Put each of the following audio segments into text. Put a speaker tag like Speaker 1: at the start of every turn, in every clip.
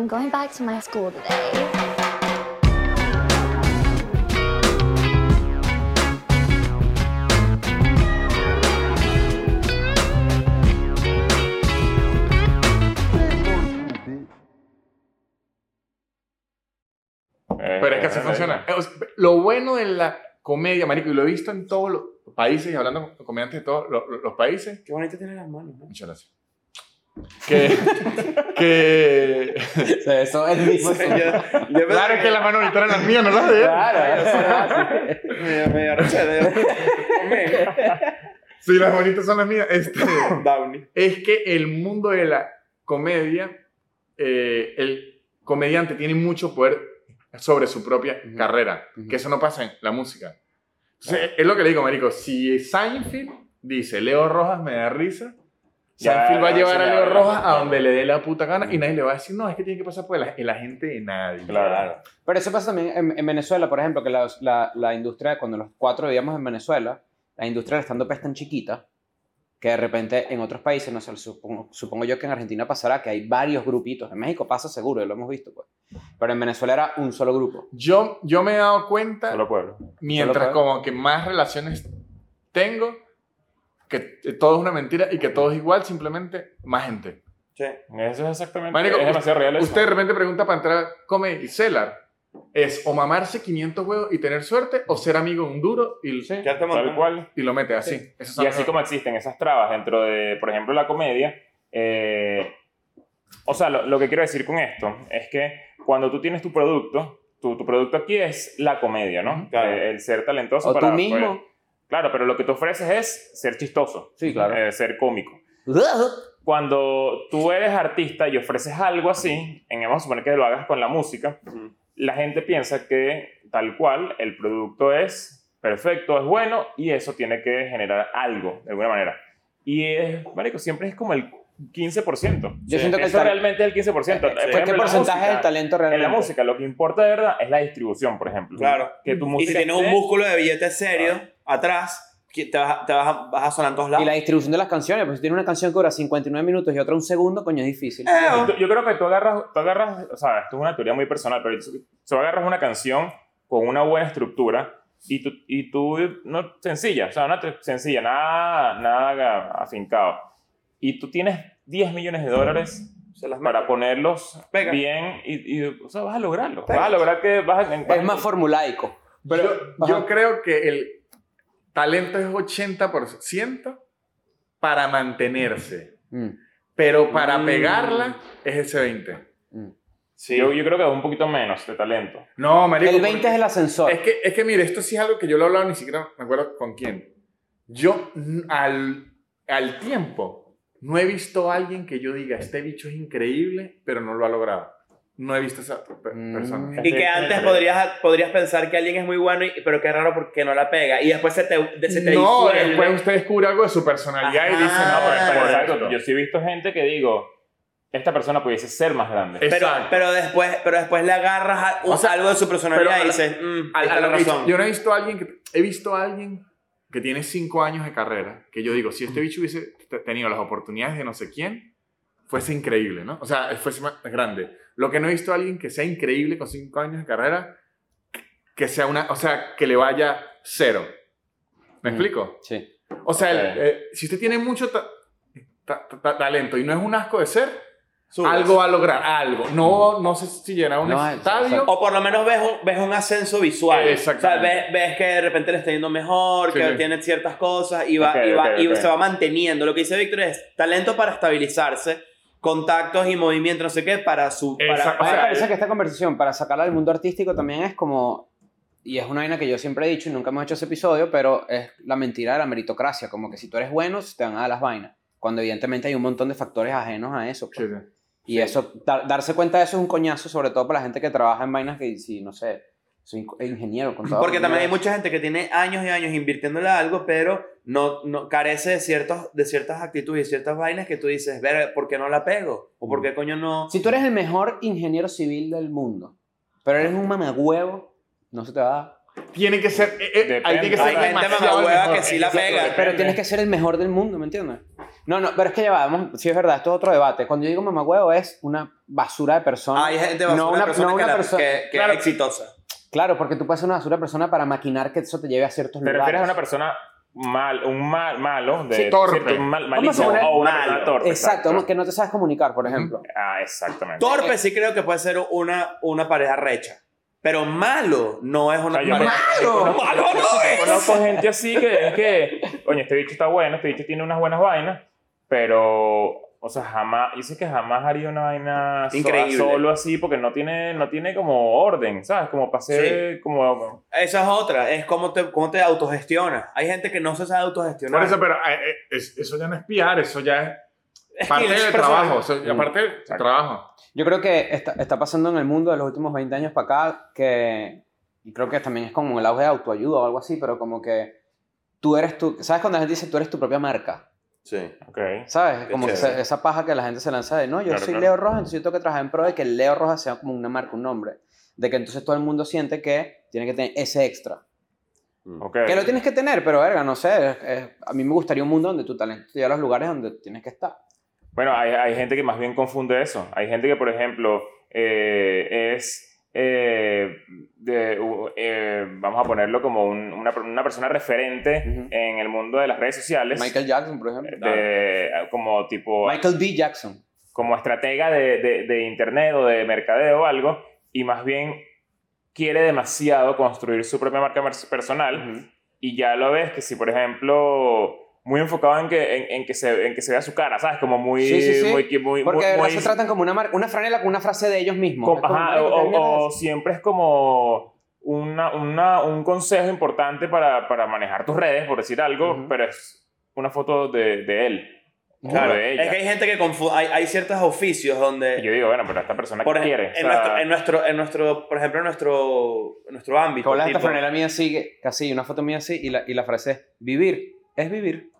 Speaker 1: I'm going back to my school today.
Speaker 2: Pero es que así funciona. O sea, Lo bueno de la comedia, marico, y lo he visto en todos los países, y hablando con comediantes de todos los, los países.
Speaker 3: Qué bonito tiene las manos, ¿no?
Speaker 2: Muchas gracias. Que, que,
Speaker 4: O sea, eso es mismo.
Speaker 2: claro es que las manos ahorita eran las mías, no las de él.
Speaker 4: Claro, eso
Speaker 3: Me, me arrecha de Hombre,
Speaker 2: Sí, las bonitas son las mías. Este,
Speaker 3: Downey.
Speaker 2: es que el mundo de la comedia, eh, el comediante tiene mucho poder sobre su propia
Speaker 4: Ujú.
Speaker 2: carrera,
Speaker 4: Ujú. Ah.
Speaker 2: que eso no pasa en la música. Entonces, es lo que le digo, Marico, si Seinfeld dice, Leo Rojas me da risa,
Speaker 4: Ya,
Speaker 2: Seinfeld va a
Speaker 4: no,
Speaker 2: llevar
Speaker 4: sí,
Speaker 2: a
Speaker 4: ya,
Speaker 2: Leo
Speaker 4: ya,
Speaker 2: Rojas
Speaker 4: ya.
Speaker 2: a donde le dé la puta gana y nadie le va a decir, no, es que tiene que pasar por la, el agente de nadie.
Speaker 4: Claro. Pero eso pasa también en, en Venezuela, por ejemplo, que la, la, la industria, cuando los cuatro vivíamos en Venezuela, la industria del stand-up es tan chiquita que de repente en otros países, no sé, supongo, supongo yo que en Argentina pasará que hay varios grupitos. En México pasa seguro, lo hemos visto, pues. Pero en Venezuela era un solo grupo.
Speaker 2: Yo, yo me he dado cuenta,
Speaker 5: Solo pueblo.
Speaker 2: mientras
Speaker 4: solo puedo.
Speaker 2: como que más relaciones tengo, que t- todo es una mentira y que todo es igual, simplemente más gente.
Speaker 3: Sí.
Speaker 5: Eso es exactamente.
Speaker 2: Marico,
Speaker 5: es demasiado real eso.
Speaker 2: Usted de repente pregunta para entrar a Comedy Cellar. ¿Es o mamarse 500 huevos y tener suerte o ser amigo de un duro y,
Speaker 4: Sí.
Speaker 3: ¿Qué arte
Speaker 5: Tal cual.
Speaker 2: y lo mete así? Esos son
Speaker 5: Y así
Speaker 2: los-
Speaker 5: como existen esas trabas dentro de, por ejemplo, la comedia, eh, o sea, lo, lo que quiero decir con esto es que cuando tú tienes tu producto, tu, tu producto aquí es la comedia, ¿no?
Speaker 3: Claro.
Speaker 5: Eh, el ser talentoso
Speaker 4: O tú
Speaker 5: para
Speaker 4: mismo.
Speaker 5: Claro, pero lo que te ofreces es ser chistoso,
Speaker 4: Sí, claro.
Speaker 5: eh, ser cómico. Cuando tú eres artista y ofreces algo así, en, vamos a suponer que lo hagas con la música,
Speaker 3: Ujú.
Speaker 5: la gente piensa que tal cual el producto es perfecto, es bueno y eso tiene que generar algo de alguna manera. Y es, marico, siempre es como el 15%.
Speaker 4: Yo
Speaker 3: Sí,
Speaker 4: siento que el
Speaker 5: Eso
Speaker 4: tal-
Speaker 5: realmente es el 15%. Por
Speaker 4: Pues,
Speaker 5: ejemplo,
Speaker 4: ¿Qué
Speaker 5: en la
Speaker 4: porcentaje
Speaker 5: música-
Speaker 4: del talento
Speaker 5: En
Speaker 4: realmente?
Speaker 5: la música, lo que importa de verdad es la distribución, por ejemplo.
Speaker 3: Claro.
Speaker 5: Que tu
Speaker 3: Y
Speaker 5: música
Speaker 3: si tienes un
Speaker 5: esté-
Speaker 3: músculo de billete serio atrás, que te vas, a- te vas, a, vas a sonar en todos
Speaker 4: Y
Speaker 3: lados.
Speaker 4: la distribución de las canciones, pues si tiene una canción que dura 59 minutos y otra un segundo, coño, es difícil.
Speaker 3: Eh,
Speaker 5: Tú- Yo creo que tú agarras, tú agarras, o sea, esto es una teoría muy personal, pero tú, tú agarras una canción con una buena estructura y tú, y tú no, sencilla, o sea, una te- sencilla, nada, nada afincado. Y tú tienes 10 millones de dólares
Speaker 3: se las
Speaker 5: para ponerlos
Speaker 3: Pega.
Speaker 5: bien y, y, o sea, vas a lograrlo.
Speaker 3: Pega.
Speaker 5: Vas a lograr que vas a... en-
Speaker 4: Es más formulaico.
Speaker 2: Pero yo,
Speaker 4: Ajá.
Speaker 2: creo que el talento es 80% para mantenerse,
Speaker 4: Mm,
Speaker 2: pero para
Speaker 3: Mm.
Speaker 2: pegarla es ese 20.
Speaker 4: mm.
Speaker 3: Sí.
Speaker 5: yo, yo creo que es un poquito menos de talento.
Speaker 2: No, marico.
Speaker 4: El 20 es el ascensor.
Speaker 2: Es que, es que mire, esto sí es algo que yo lo he hablado, ni siquiera me acuerdo con quién. Yo n- al, al tiempo no he visto a alguien que yo diga, este bicho es increíble, pero no lo ha logrado. No he visto a esa per-
Speaker 4: Mm.
Speaker 2: persona.
Speaker 3: Y que antes podrías, podrías pensar que alguien es muy bueno, y- pero qué raro porque no la pega. Y después se te, de- se te
Speaker 2: No,
Speaker 3: disuelve. Ah,
Speaker 2: después usted descubre algo de su personalidad y
Speaker 3: Ajá.
Speaker 2: dice, no,
Speaker 5: No, pero- pero
Speaker 2: pero,
Speaker 5: exacto,
Speaker 2: por esto".
Speaker 5: yo sí he visto gente que digo, esta persona pudiese ser más grande.
Speaker 3: pero,
Speaker 2: Exacto.
Speaker 3: pero, después, pero después le agarras a-
Speaker 2: O sea,
Speaker 3: algo de su personalidad
Speaker 2: pero a
Speaker 3: y
Speaker 2: la-
Speaker 3: dices, mm,
Speaker 2: A- a
Speaker 3: esta
Speaker 2: lo
Speaker 3: es la
Speaker 2: que he dicho,
Speaker 3: razón.
Speaker 2: Yo no he visto a alguien que, he visto a alguien que tiene cinco años de carrera, que yo digo, si este bicho hubiese t- tenido las oportunidades de no sé quién, fuese increíble, ¿no? O sea, fuese más grande. Lo que no he visto a alguien que sea increíble con cinco años de carrera, que sea una, o sea, que le vaya cero. ¿Me
Speaker 4: Mm.
Speaker 2: explico?
Speaker 4: Sí.
Speaker 2: O sea, el-
Speaker 5: Ok.
Speaker 2: eh, si usted tiene mucho ta- ta- ta- talento y no es un asco de ser,
Speaker 3: Subes.
Speaker 2: algo va a lograr, algo. No, no sé si llenar un
Speaker 4: No, es-
Speaker 2: estadio.
Speaker 3: O por lo menos ves un, ves un ascenso visual.
Speaker 2: Exactamente.
Speaker 3: O sea, ves, ves que de repente le está yendo mejor,
Speaker 2: Sí,
Speaker 3: que
Speaker 2: sí.
Speaker 3: tiene ciertas cosas y, va,
Speaker 5: Ok,
Speaker 3: y, va-
Speaker 5: ok,
Speaker 3: y
Speaker 5: ok.
Speaker 3: se va manteniendo. Lo que dice Víctor es talento para estabilizarse, contactos y movimientos, no sé qué, para su... Para,
Speaker 2: Exacto.
Speaker 4: A mí me
Speaker 2: sea,
Speaker 4: parece que esta conversación, para sacarla del mundo artístico, también es como. Y es una vaina que yo siempre he dicho y nunca hemos hecho ese episodio, pero es la mentira de la meritocracia. Como que si tú eres bueno, se te van a dar las vainas. Cuando evidentemente hay un montón de factores ajenos a eso. pues.
Speaker 2: Sí, sí.
Speaker 4: Y eso, dar- darse cuenta de eso es un coñazo, sobre todo para la gente que trabaja en vainas que, si no sé, soy inco- ingeniero, contador.
Speaker 3: porque también hay
Speaker 4: ingeniero.
Speaker 3: mucha gente que tiene años y años invirtiéndole a algo, pero no, no carece de, ciertos, de ciertas actitudes y ciertas vainas que tú dices, ver, ¿por qué no la pego? ¿O
Speaker 4: Mm.
Speaker 3: por qué coño no?
Speaker 4: Si tú eres el mejor ingeniero civil del mundo, pero eres un mamagüevo, no se te va a dar.
Speaker 2: Tiene que ser. eh, eh,
Speaker 5: Depende.
Speaker 2: ahí tiene que ser
Speaker 3: Hay gente
Speaker 2: demasiado
Speaker 3: mamagüeva
Speaker 2: mejor.
Speaker 3: que sí la
Speaker 2: Exacto.
Speaker 3: pega.
Speaker 4: Pero tienes que ser el mejor del mundo, ¿me entiendes? No, no, pero es que ya va, vamos, sí es verdad, esto es otro debate. Cuando yo digo mamagüevo es una basura de persona.
Speaker 3: Hay gente basura,
Speaker 4: no una,
Speaker 3: persona
Speaker 4: no
Speaker 3: que,
Speaker 4: una
Speaker 3: la-
Speaker 4: persona.
Speaker 3: que- que
Speaker 5: Claro.
Speaker 3: es exitosa.
Speaker 4: Claro, porque tú puedes ser una basura de persona para maquinar que eso te lleve a ciertos
Speaker 5: Te refieres
Speaker 4: lugares.
Speaker 5: a una persona mal, un mal, malo, de
Speaker 2: Sí, torpe.
Speaker 5: cierto, un mal,
Speaker 4: Vamos a
Speaker 5: malísimo,
Speaker 4: poner-
Speaker 5: o una
Speaker 3: Malo.
Speaker 5: persona torpe.
Speaker 4: Exacto, que no te sabes comunicar, por ejemplo.
Speaker 5: Ah, exactamente.
Speaker 3: Torpe sí creo que puede ser una, una pareja recha. Pero malo no es una
Speaker 5: O sea, yo-
Speaker 3: pareja.
Speaker 5: Malo.
Speaker 3: ¡Malo no es!
Speaker 5: Conozco gente así que es que, oye, este bicho está bueno, este bicho tiene unas buenas vainas, pero, o sea, jamás, yo sé que jamás haría una vaina so-
Speaker 3: Increíble.
Speaker 5: solo así porque no tiene, no tiene como orden, ¿sabes? Como para ser, como...
Speaker 3: Esa es otra, es cómo te, cómo te autogestionas. Hay gente que no se sabe autogestionar.
Speaker 2: Por eso, pero eh, eh, es- eso ya no es piar, eso ya es,
Speaker 3: Es
Speaker 2: parte
Speaker 3: que es
Speaker 2: del
Speaker 3: personal.
Speaker 2: trabajo. o sea,
Speaker 5: Mm.
Speaker 2: aparte del
Speaker 5: Exacto.
Speaker 2: trabajo.
Speaker 4: Yo creo que está, está pasando en el mundo de los últimos 20 años para acá que, y creo que también es como el auge de autoayuda o algo así, pero como que tú eres tu, ¿sabes cuando la gente dice tú eres tu propia marca?
Speaker 3: Sí.
Speaker 5: Ok.
Speaker 4: ¿Sabes?
Speaker 3: Qué
Speaker 4: Como que
Speaker 3: chévere.
Speaker 4: esa- esa paja que la gente se lanza de, no, yo
Speaker 5: Claro,
Speaker 4: soy
Speaker 5: claro.
Speaker 4: Leo Rojas, entonces yo tengo que trabajar en pro de que el Leo Rojas sea como una marca, un nombre. De que entonces todo el mundo siente que tiene que tener ese extra.
Speaker 5: Ok.
Speaker 4: Que lo tienes que tener, pero verga, no sé. es- es- a mí me gustaría un mundo donde tu talento te lleve a los lugares donde tienes que estar.
Speaker 5: Bueno, hay, hay gente que más bien confunde eso. Hay gente que, por ejemplo, eh, es, eh, de- u- eh, vamos a ponerlo como un- una, una persona referente
Speaker 4: Ujú.
Speaker 5: en el mundo de las redes sociales,
Speaker 4: Michael Jackson, por ejemplo.
Speaker 5: de- como tipo,
Speaker 4: Michael D. Jackson.
Speaker 5: como estratega de, de- de internet o de mercadeo o algo, y más bien quiere demasiado construir su propia marca mer- personal y ya lo ves que si por ejemplo muy enfocado en que en, en que se en que se vea su cara sabes como muy
Speaker 4: Sí, sí, sí.
Speaker 5: muy que- muy
Speaker 4: Porque de
Speaker 5: muy-
Speaker 4: verdad
Speaker 5: muy-
Speaker 4: se tratan como una, mar- una franela con una frase de ellos mismos.
Speaker 5: como-
Speaker 4: Es como,
Speaker 5: ajá,
Speaker 4: "Marico,
Speaker 5: o,
Speaker 4: ¿qué mierda
Speaker 5: o-
Speaker 4: es
Speaker 5: o siempre es como una, una- un consejo importante para, para manejar tus redes por decir algo
Speaker 4: Ujú.
Speaker 5: pero es una foto de, de él
Speaker 3: Claro.
Speaker 5: o de ella
Speaker 3: Es que hay gente que confunde. Hay, hay ciertos oficios donde.
Speaker 5: y yo digo bueno pero esta persona
Speaker 3: por
Speaker 5: qué
Speaker 3: ejemplo,
Speaker 5: quiere
Speaker 3: en,
Speaker 5: O sea,
Speaker 3: nuestro, en, nuestro, en nuestro. Por ejemplo, en nuestro, en nuestro
Speaker 4: Que
Speaker 3: ámbito.
Speaker 4: bolas esta
Speaker 3: tipo-
Speaker 4: franela mía así, que- así, una foto mía así, y la, y la frase es, vivir es vivir.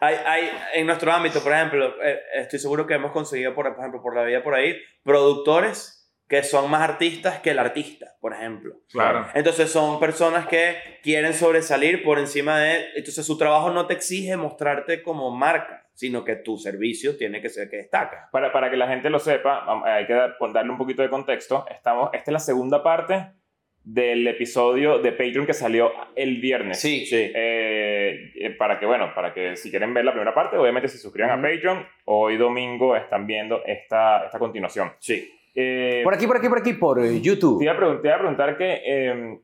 Speaker 3: hay, hay- en nuestro ámbito, por ejemplo, eh, estoy seguro que hemos conseguido, por, por ejemplo, por la vida por ahí, productores que son más artistas que el artista, por ejemplo.
Speaker 2: Claro.
Speaker 3: Entonces son personas que quieren sobresalir por encima de él. Entonces su trabajo no te exige mostrarte como marca, sino que tu servicio tiene que ser que destaca.
Speaker 5: para, para que la gente lo sepa, vam- hay que dar- por darle un poquito de contexto. Estamos, esta es la segunda parte del episodio de Patreon que salió el viernes.
Speaker 3: Sí.
Speaker 5: Eh, eh, para que, bueno, para que si quieren ver la primera parte, obviamente se
Speaker 4: Ujú.
Speaker 5: suscriban a Patreon. Hoy domingo están viendo esta, esta continuación.
Speaker 3: Sí.
Speaker 5: Eh,
Speaker 4: Por aquí, por aquí, por aquí, por eh,
Speaker 5: te,
Speaker 4: YouTube.
Speaker 5: iba a pregun- te iba a preguntar que... eh,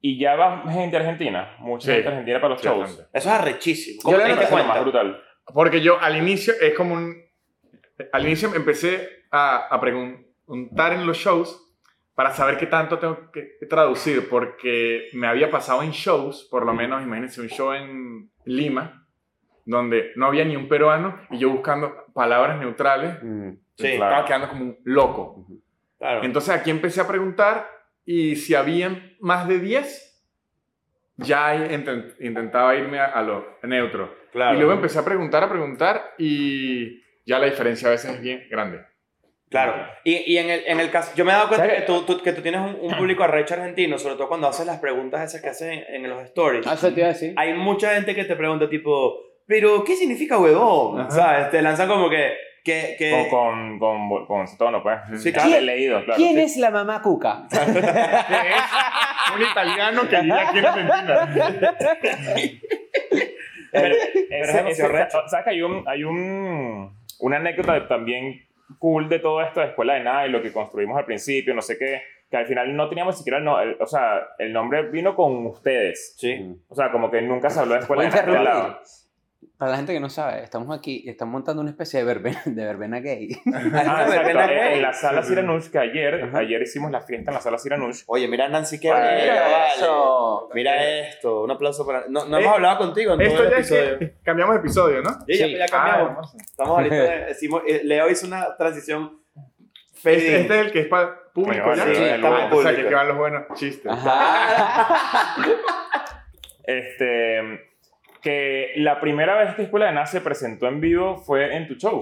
Speaker 5: y ya va gente argentina, mucha
Speaker 2: Sí.
Speaker 5: gente argentina para los
Speaker 2: Sí,
Speaker 5: shows.
Speaker 2: bastante.
Speaker 3: Eso es arrechísimo.
Speaker 4: Yo
Speaker 3: ¿Cómo
Speaker 4: lo
Speaker 3: te
Speaker 4: he
Speaker 5: Eso
Speaker 3: diste
Speaker 5: es lo
Speaker 3: cuenta?
Speaker 5: más brutal.
Speaker 2: Porque yo al inicio es como un. Al inicio empecé a, a preguntar en los shows para saber qué tanto tengo que traducir, porque me había pasado en shows, por lo menos, imagínense, un show en Lima, donde no había ni un peruano y yo buscando palabras neutrales,
Speaker 4: Mm.
Speaker 3: Sí,
Speaker 5: Claro.
Speaker 2: estaba quedando como un loco.
Speaker 3: claro.
Speaker 2: Entonces aquí empecé a preguntar y si habían más de 10, ya intent- intentaba irme a, a lo neutro.
Speaker 3: claro.
Speaker 2: Y luego empecé a preguntar, a preguntar y ya la diferencia a veces es bien grande.
Speaker 3: Claro. Y, y en, el, en el caso, yo me he dado cuenta
Speaker 4: ¿Sabes?
Speaker 3: que tú, tú- que tú tienes un, un público arrecho argentino, sobre todo cuando haces las preguntas esas que haces en, en los stories.
Speaker 4: Ah, eso te iba a decir.
Speaker 3: Hay mucha gente que te pregunta tipo, pero ¿qué significa huevón?
Speaker 2: Ajá.
Speaker 3: ¿Sabes? Te lanzan como que... que, que
Speaker 5: Con, con, con, con, su tono, pues.
Speaker 3: Sí,
Speaker 5: Claro,
Speaker 4: Eh, ¿quién-
Speaker 5: leído, claro.
Speaker 4: ¿Quién
Speaker 5: Sí.
Speaker 4: es la mamá cuca?
Speaker 2: Que es un italiano que vive aquí en Argentina.
Speaker 5: Pero,
Speaker 3: es
Speaker 5: ese-
Speaker 3: demasiado
Speaker 5: ese-
Speaker 3: recho.
Speaker 5: ¿Sabes que hay, un, hay un, una anécdota también cool de todo esto de Escuela de Nada y lo que construimos al principio, no sé qué, que al final no teníamos siquiera el, no- el- o sea, el nombre vino con ustedes.
Speaker 3: Sí.
Speaker 5: O sea, como que nunca se habló de Escuela de
Speaker 4: Voy a
Speaker 5: Nada. de
Speaker 4: interrumpir.
Speaker 5: lado.
Speaker 4: Para la gente que no sabe, estamos aquí y están montando una especie de verbena, de verbena gay.
Speaker 5: Ah,
Speaker 3: Ay,
Speaker 5: exacto,
Speaker 3: ven acá.
Speaker 5: En en la sala Siranush, que ayer,
Speaker 4: Ajá.
Speaker 5: ayer hicimos la fiesta en la sala Siranush.
Speaker 3: Oye, mira Nancy, qué
Speaker 5: Ay,
Speaker 3: bonita,
Speaker 5: mira
Speaker 3: vale.
Speaker 4: eso.
Speaker 3: Mira esto, un aplauso para... No, no
Speaker 2: Eh,
Speaker 3: hemos hablado contigo en todo
Speaker 2: Esto
Speaker 3: el
Speaker 2: ya es
Speaker 3: episodio.
Speaker 2: que cambiamos de episodio, ¿no?
Speaker 3: Sí, ya,
Speaker 4: Sí.
Speaker 3: ya cambiamos.
Speaker 2: Ah, hermoso.
Speaker 3: Estamos ahorita... hicimos- eh, Leo hizo una transición...
Speaker 2: este, este es el que es para público,
Speaker 5: Bueno,
Speaker 2: ¿ya?
Speaker 5: vale,
Speaker 3: Sí,
Speaker 5: vale,
Speaker 3: estamos
Speaker 5: vale.
Speaker 2: Ah, o sea, que
Speaker 3: público.
Speaker 2: aquí van los buenos chistes.
Speaker 4: Ajá.
Speaker 5: Este, que la primera vez que Escuela de Nada se presentó en vivo fue en tu show.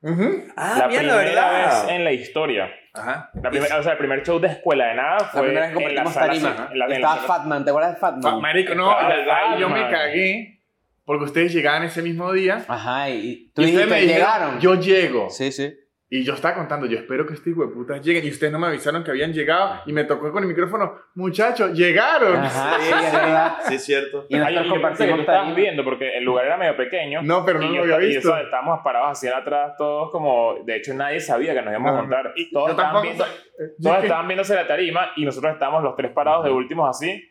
Speaker 2: Ujú.
Speaker 3: Ah,
Speaker 5: la
Speaker 3: bien, la
Speaker 5: primera
Speaker 3: verdad. Eh,
Speaker 5: vez en la historia.
Speaker 2: Ajá.
Speaker 5: La primera- o sea, el primer show de escuela de nada
Speaker 4: La
Speaker 5: fue
Speaker 4: primera vez que
Speaker 5: en la
Speaker 4: compartimos
Speaker 5: sala.
Speaker 4: tarima.
Speaker 5: en la- en la
Speaker 4: Estaba
Speaker 5: sala-
Speaker 4: Fatman, ¿te acuerdas de
Speaker 2: Ah,
Speaker 4: Fatman?
Speaker 2: Marico, no,
Speaker 5: Ah,
Speaker 2: ya- ay, yo me
Speaker 5: Batman.
Speaker 2: cagué porque ustedes llegaban ese mismo día.
Speaker 4: Ajá, y tú
Speaker 2: y ustedes
Speaker 4: dijiste,
Speaker 2: dijeron,
Speaker 4: llegaron.
Speaker 2: Yo llego.
Speaker 4: Sí, sí.
Speaker 2: Y yo estaba contando, yo espero que este estos hueputas lleguen. Y ustedes no me avisaron que habían llegado. Y me tocó con el micrófono, muchachos, llegaron.
Speaker 4: Ajá, sí, es verdad.
Speaker 3: Sí, es cierto.
Speaker 4: Y nosotros
Speaker 5: Ay, yo pensé que tú
Speaker 4: compartimos
Speaker 5: estabas
Speaker 4: tarima.
Speaker 5: viendo porque el lugar era medio pequeño.
Speaker 2: No, pero no
Speaker 5: y
Speaker 2: lo
Speaker 5: yo-
Speaker 2: había
Speaker 5: y
Speaker 2: visto.
Speaker 5: eso, estábamos parados hacia atrás todos como... De hecho, nadie sabía que nos íbamos a
Speaker 2: Ajá.
Speaker 5: montar.
Speaker 2: Y
Speaker 5: Todos,
Speaker 2: yo
Speaker 5: estaban,
Speaker 2: tampoco
Speaker 5: viendo,
Speaker 2: sab- eh, yo
Speaker 5: todos
Speaker 2: que-
Speaker 5: estaban viéndose la tarima y nosotros estábamos los tres parados de últimos así.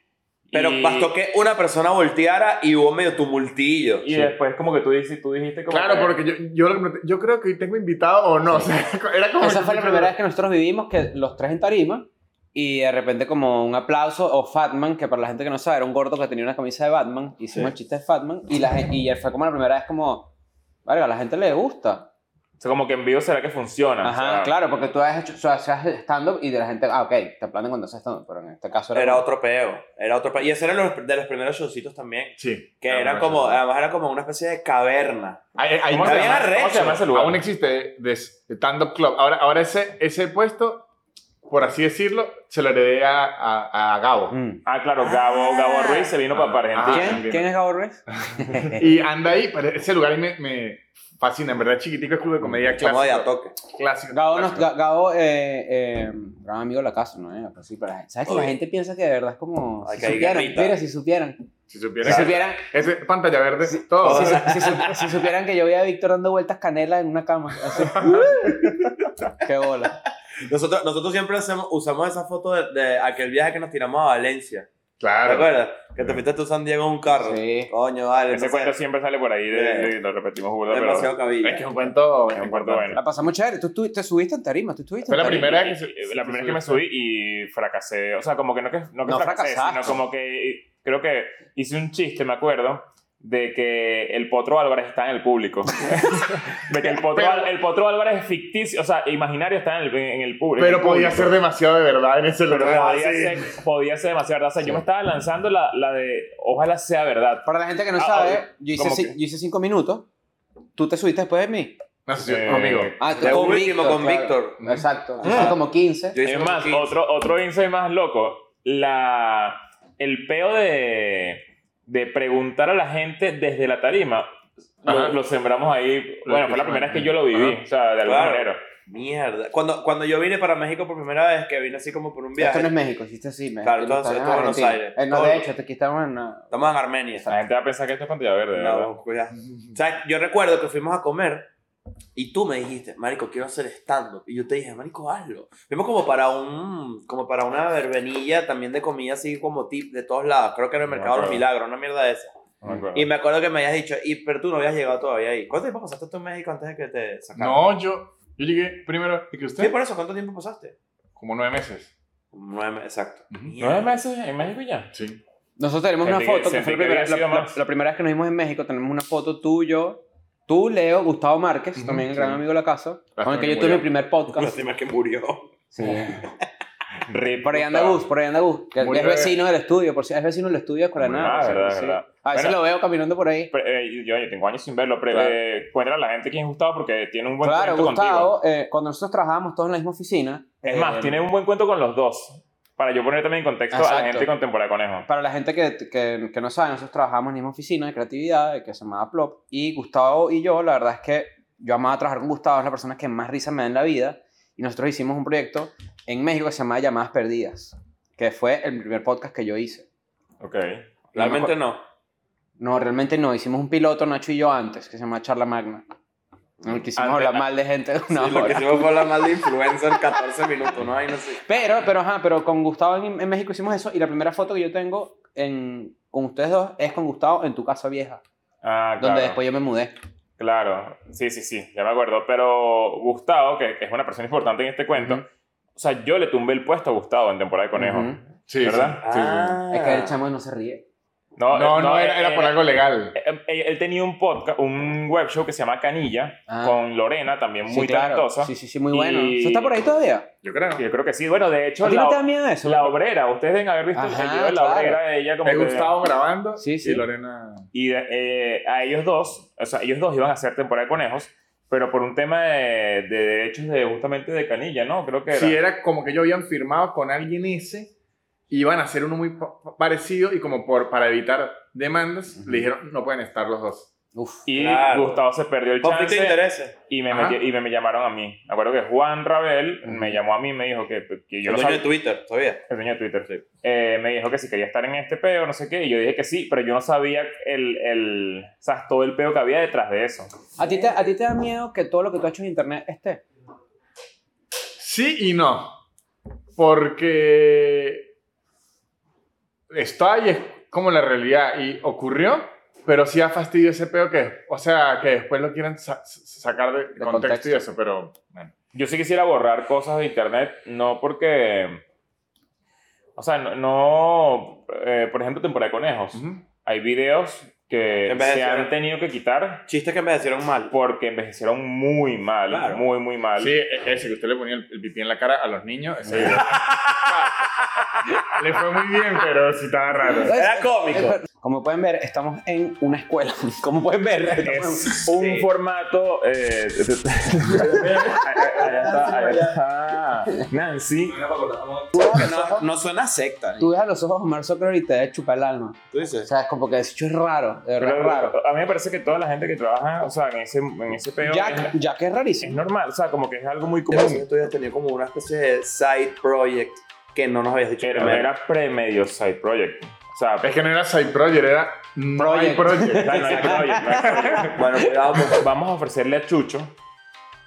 Speaker 3: Pero
Speaker 5: y-
Speaker 3: bastó que una persona volteara y hubo medio tumultillo.
Speaker 5: Y después como que tú dijiste, tú dijiste como
Speaker 2: Claro,
Speaker 5: que-
Speaker 2: porque yo, yo, lo que- yo creo que hoy tengo invitado o no. o sea, era como
Speaker 4: Esa fue la primera vez que nosotros vivimos, que los tres en tarima, y de repente como un aplauso, o Fatman, que para la gente que no sabe, era un gordo que tenía una camisa de Batman, hicimos el chiste de Fatman, y, la, gen- y fue como la primera vez como, verga, a la gente le gusta.
Speaker 5: O sea, como que en vivo será que
Speaker 3: Ah,
Speaker 5: funciona.
Speaker 4: Ajá,
Speaker 5: o sea,
Speaker 4: claro, porque tú has hecho, o sea, haces stand-up y de la gente, ah, ok, te aplauden cuando haces stand-up, pero en este caso era...
Speaker 3: Era
Speaker 4: como-
Speaker 3: otro peo. Era otro peo. Y ese era los- de los primeros showcitos también.
Speaker 2: Sí.
Speaker 3: Que
Speaker 2: Ah,
Speaker 3: era
Speaker 2: no,
Speaker 3: como,
Speaker 2: eso.
Speaker 3: además era como una especie de caverna.
Speaker 2: Ahí- ahí-
Speaker 5: ¿Cómo se,
Speaker 3: Había
Speaker 5: llama, ¿Cómo se
Speaker 3: arrecho.
Speaker 5: llama ese lugar?
Speaker 2: Aún existe de stand-up club. Ahora, ahora ese, ese puesto, por así decirlo, se lo heredé a, a, a Gabo.
Speaker 4: Mm.
Speaker 5: Ah, claro, Gabo, Gabo Ruiz se vino
Speaker 2: Ah,
Speaker 5: para, para
Speaker 2: ah,
Speaker 5: Argentina.
Speaker 4: ¿Quién?
Speaker 2: bien.
Speaker 4: ¿Quién es Gabo Ruiz?
Speaker 2: Y anda ahí, pero ese lugar me, me fascina. En verdad, chiquitico es club de comedia
Speaker 3: Como de a
Speaker 2: clásico.
Speaker 3: toque.
Speaker 2: Clásico.
Speaker 4: Gabo, nos-
Speaker 2: clásico.
Speaker 4: Ga- Gabo eh, eh, gran amigo de la casa, ¿no? Eh, pero sí, pero la gente- ¿Sabes que la
Speaker 3: Obvio.
Speaker 4: gente piensa que de verdad es como...
Speaker 3: Ay,
Speaker 4: si
Speaker 3: que hay
Speaker 4: supieran,
Speaker 3: guerrita.
Speaker 4: mira, si supieran.
Speaker 2: Si
Speaker 4: Si
Speaker 2: supieran.
Speaker 4: supieran,
Speaker 2: Ese pantalla verde, todo.
Speaker 4: Si, si- si sup- si supieran que yo veía a Víctor dando vueltas canela en una cama. así. Qué bola.
Speaker 3: Nosotros, nosotros siempre hacemos, usamos esa foto de, de aquel viaje que nos tiramos a Valencia. ¿Te
Speaker 2: Claro.
Speaker 3: acuerdas? Que te fuiste tú a San Diego en un carro.
Speaker 4: Sí.
Speaker 3: Coño, vale.
Speaker 5: Ese
Speaker 3: entonces,
Speaker 5: cuento siempre sale por ahí, de,
Speaker 3: Eh,
Speaker 5: de- lo repetimos burda, pero...
Speaker 3: demasiado cabilla.
Speaker 2: Es que es un cuento.
Speaker 5: Es un cuento
Speaker 2: importante.
Speaker 5: bueno.
Speaker 4: La pasamos chévere. Tú, tú- te subiste en tarima, tú estuviste
Speaker 2: Fue
Speaker 4: en
Speaker 2: la
Speaker 4: tarima.
Speaker 2: primera
Speaker 5: Y-
Speaker 2: vez que
Speaker 5: y-
Speaker 2: se-
Speaker 5: la
Speaker 2: se
Speaker 5: primera vez
Speaker 2: subió
Speaker 5: que me
Speaker 2: esa.
Speaker 5: subí y fracasé. O sea, como que no que no, que
Speaker 4: No
Speaker 5: fracasé,
Speaker 4: fracasaste.
Speaker 5: sino como que creo que hice un chiste, me acuerdo, de que el Potro Álvarez está en el público. de que el Potro, Al- el Potro Álvarez es ficticio, o sea, imaginario está en el, en el público.
Speaker 2: Pero podía ser demasiado de verdad en ese
Speaker 5: Pero
Speaker 2: lugar.
Speaker 5: podía,
Speaker 2: sí.
Speaker 5: ser, podía ser demasiado verdad. O sea,
Speaker 4: Sí.
Speaker 5: yo me estaba lanzando la, la de ojalá sea verdad.
Speaker 4: Para la gente que no
Speaker 5: Ah,
Speaker 4: sabe,
Speaker 5: ah,
Speaker 4: yo hice,
Speaker 5: ¿cómo
Speaker 4: ci-
Speaker 5: que?
Speaker 4: yo hice cinco minutos. Tú te subiste después de mí.
Speaker 2: No sé si
Speaker 5: Eh,
Speaker 2: conmigo.
Speaker 4: Ah,
Speaker 3: De último con Víctor.
Speaker 4: Exacto. Hiciste como 15.
Speaker 3: Yo hice
Speaker 5: Es
Speaker 3: como
Speaker 5: más,
Speaker 3: 15.
Speaker 5: otro, otro insight más loco. La, el peo de, de preguntar a la gente desde la tarima.
Speaker 2: Ajá.
Speaker 5: Lo, lo sembramos ahí.
Speaker 2: Lo
Speaker 5: Bueno, fue
Speaker 2: escuchamos.
Speaker 5: la primera vez que yo lo viví.
Speaker 2: Ajá.
Speaker 5: O sea, de alguna
Speaker 3: Claro.
Speaker 5: manera.
Speaker 3: Mierda. Cuando, cuando yo vine para México por primera vez, que vine así como por un
Speaker 4: Esto
Speaker 3: viaje,
Speaker 4: no es México, hiciste así. México.
Speaker 3: Claro, todo-
Speaker 4: Estás en
Speaker 3: todo Buenos
Speaker 4: Argentina.
Speaker 3: Aires.
Speaker 4: Eh, no,
Speaker 3: Todo.
Speaker 4: de hecho, aquí estamos en... una-
Speaker 3: estamos en Armenia.
Speaker 5: La gente va a pensar que esto es pantalla verde. ¿verdad?
Speaker 3: No, cuidado. O sea, yo recuerdo que fuimos a comer y tú me dijiste, marico, quiero hacer stand-up. Y yo te dije, marico, hazlo. Fuimos como para un, como para una verbenilla también de comida así como tip de todos lados. Creo que era el
Speaker 5: No me
Speaker 3: Mercado de los
Speaker 5: acuerdo.
Speaker 3: Milagros, una mierda de esa.
Speaker 5: No me acuerdo.
Speaker 3: Y me acuerdo que me habías dicho, y, pero tú no habías llegado todavía ahí. ¿Cuánto tiempo pasaste tú en México antes de que te sacaran?
Speaker 2: No, yo, yo llegué primero que
Speaker 3: Sí,
Speaker 2: usted.
Speaker 3: por eso, ¿cuánto tiempo pasaste?
Speaker 2: Como nueve meses.
Speaker 3: Nueve meses, exacto.
Speaker 2: Ujú.
Speaker 5: ¿Nueve meses en México ya?
Speaker 2: Sí.
Speaker 4: Nosotros tenemos una
Speaker 5: Sentí que-
Speaker 4: foto, que
Speaker 5: sentí
Speaker 4: fue la
Speaker 5: que
Speaker 4: primera,
Speaker 5: había
Speaker 4: la,
Speaker 5: sido
Speaker 4: la-
Speaker 5: más.
Speaker 4: la primera vez que nos vimos en México, tenemos una foto tú, yo, tú, Leo, Gustavo Márquez,
Speaker 2: Ujú,
Speaker 4: también
Speaker 2: sí.
Speaker 4: gran amigo de la casa, con
Speaker 2: Lástima
Speaker 4: el que
Speaker 2: que
Speaker 4: yo tuve mi
Speaker 2: murió.
Speaker 4: primer podcast.
Speaker 3: Lástima que murió.
Speaker 4: Sí.
Speaker 5: Rip,
Speaker 4: Por ahí anda
Speaker 5: puta.
Speaker 4: Gus, por ahí anda Gus, que
Speaker 2: Murió
Speaker 4: es vecino del estudio, por si es vecino del estudio de Escuela de
Speaker 5: Verdad,
Speaker 4: Nada. por
Speaker 5: Ah, verdad,
Speaker 4: si- sí.
Speaker 5: verdad.
Speaker 4: A veces
Speaker 5: Bueno.
Speaker 4: lo veo caminando por ahí.
Speaker 5: Pero, eh, yo, yo tengo años sin verlo, pero
Speaker 4: Claro.
Speaker 5: eh, cuéntale a la gente quién es Gustavo porque tiene un buen
Speaker 4: Claro,
Speaker 5: cuento contigo.
Speaker 4: Gustavo, eh, cuando nosotros trabajábamos todos en la misma oficina,
Speaker 5: Es más,
Speaker 4: eh,
Speaker 5: tiene un buen cuento con los dos. Para yo poner también en contexto a
Speaker 4: Exacto.
Speaker 5: la gente contemporánea de Conejo.
Speaker 4: Para la gente que, que, que no sabe, nosotros trabajamos en la misma oficina de creatividad, que se llamaba Plop, y Gustavo y yo, la verdad es que yo amaba trabajar con Gustavo, es la persona que más risa me da en la vida, y nosotros hicimos un proyecto en México que se llamaba Llamadas Perdidas, que fue el primer podcast que yo hice.
Speaker 5: Ok.
Speaker 3: Realmente no.
Speaker 4: No, realmente no, hicimos un piloto, Nacho y yo, antes, que se llama Charla Magna. En el que hicimos
Speaker 5: Antes-
Speaker 4: hablar mal de gente de una
Speaker 3: ah, Sí, lo que
Speaker 4: hora.
Speaker 3: hicimos fue hablar mal de influencer 14 minutos, ¿no? Ahí no sé.
Speaker 4: Pero, pero, ajá, pero con Gustavo en, en México hicimos eso, y la primera foto que yo tengo en, con ustedes dos es con Gustavo en tu casa vieja,
Speaker 5: Ah,
Speaker 4: donde
Speaker 5: claro.
Speaker 4: después yo me mudé.
Speaker 5: Claro, sí, sí, sí, ya me acuerdo. Pero Gustavo, que, que es una persona importante en este cuento,
Speaker 4: Ujú.
Speaker 5: o sea, yo le tumbé el puesto a Gustavo en temporada de conejo.
Speaker 4: Ujú.
Speaker 2: Sí,
Speaker 5: ¿Verdad?
Speaker 2: sí, sí, sí.
Speaker 3: Ah.
Speaker 4: Es que el chamo no se ríe.
Speaker 5: Ah. No,
Speaker 2: No,
Speaker 5: eh,
Speaker 2: no,
Speaker 5: eh,
Speaker 2: era, era por
Speaker 5: eh,
Speaker 2: algo legal.
Speaker 5: eh, eh, Él tenía un podcast, un web show que se llama Canilla,
Speaker 4: Ah.
Speaker 5: con Lorena, también muy talentosa.
Speaker 4: Sí, sí, sí, muy bueno.
Speaker 5: Y-
Speaker 4: ¿Eso está por ahí todavía?
Speaker 2: Yo creo.
Speaker 5: Yo creo que sí. Bueno, de hecho,
Speaker 4: ¿A ti no
Speaker 5: la,
Speaker 4: te da miedo eso?
Speaker 5: la obrera, ustedes deben haber visto
Speaker 4: Ajá,
Speaker 5: el video de la
Speaker 4: claro.
Speaker 5: obrera de ella como
Speaker 2: Es
Speaker 5: que-
Speaker 2: Gustavo grabando
Speaker 4: Sí, sí.
Speaker 2: y Lorena.
Speaker 5: Y de- eh, a ellos dos, o sea, ellos dos iban a hacer temporada de conejos, pero por un tema de, de derechos de justamente de Canilla, ¿no? Creo que era.
Speaker 2: Sí, era como que ellos habían firmado con alguien ese y van a hacer uno muy pa- pa- parecido y como por, para evitar demandas, le dijeron, no pueden estar los dos.
Speaker 4: Uf.
Speaker 5: Y
Speaker 3: Claro.
Speaker 5: Gustavo se perdió el
Speaker 3: Conflicto de
Speaker 5: chance
Speaker 3: intereses.
Speaker 5: y me,
Speaker 2: Ajá.
Speaker 5: metí- y me, me llamaron a mí. Me acuerdo que Juan Rabel me llamó a mí y me dijo que, que yo lo
Speaker 3: el dueño
Speaker 5: sabía.
Speaker 3: de Twitter, todavía.
Speaker 5: El dueño de Twitter, sí. Eh, me dijo que si quería estar en este peo, no sé qué. Y yo dije que sí, pero yo no sabía el, el, o sea, todo el peo que había detrás de eso.
Speaker 4: ¿A ti, te, ¿A ti te da miedo que todo lo que tú has hecho en internet esté?
Speaker 2: Sí y no. Porque está y es como la realidad y ocurrió, pero sí ha fastidio ese peo que, o sea, que después lo quieren sa- sacar de, contexto,
Speaker 4: contexto.
Speaker 2: y eso, pero bueno.
Speaker 5: Yo sí quisiera borrar cosas de internet, no porque. O sea, no. no, eh, por ejemplo, temporada de conejos.
Speaker 2: Ujú.
Speaker 5: Hay videos que se
Speaker 3: Envejecieron.
Speaker 5: han tenido que quitar
Speaker 3: Chistes que envejecieron mal.
Speaker 5: porque envejecieron muy mal,
Speaker 3: Claro.
Speaker 5: muy, muy mal.
Speaker 2: Sí, e- ese que usted le ponía el, el pipí en la cara a los niños, ese video. le fue muy bien, pero sí estaba raro.
Speaker 3: Era cómico.
Speaker 4: Como pueden ver, estamos en una escuela. Como pueden ver, estamos
Speaker 5: Es un
Speaker 3: Sí.
Speaker 5: formato. eh, Ahí está, ahí está. Nancy.
Speaker 3: No, no suena a secta.
Speaker 4: en-
Speaker 3: ni-
Speaker 4: Tú ves a los ojos de Mark Zuckerberg y te da chupa el alma.
Speaker 3: Tú
Speaker 4: O
Speaker 3: dices.
Speaker 4: sea, es como que ese hecho es raro, de verdad
Speaker 5: Pero
Speaker 4: es raro.
Speaker 5: A mí me parece que toda la gente que trabaja, o sea, en ese, en ese peo.
Speaker 4: Jack,
Speaker 5: Es,
Speaker 4: Jack es
Speaker 5: es
Speaker 4: rarísimo.
Speaker 5: normal, o sea, como que es algo muy
Speaker 3: Yo
Speaker 5: común.
Speaker 3: tú habías tenido como una especie de side project que no nos habías dicho
Speaker 5: Era,
Speaker 3: primero.
Speaker 5: era pre-medio side project. O sea,
Speaker 2: Es que no era Side Project, era no hay
Speaker 4: Project.
Speaker 2: Project.
Speaker 5: no hay- no hay project, no hay project.
Speaker 3: Bueno, cuidado. pues.
Speaker 5: Vamos a ofrecerle a Chucho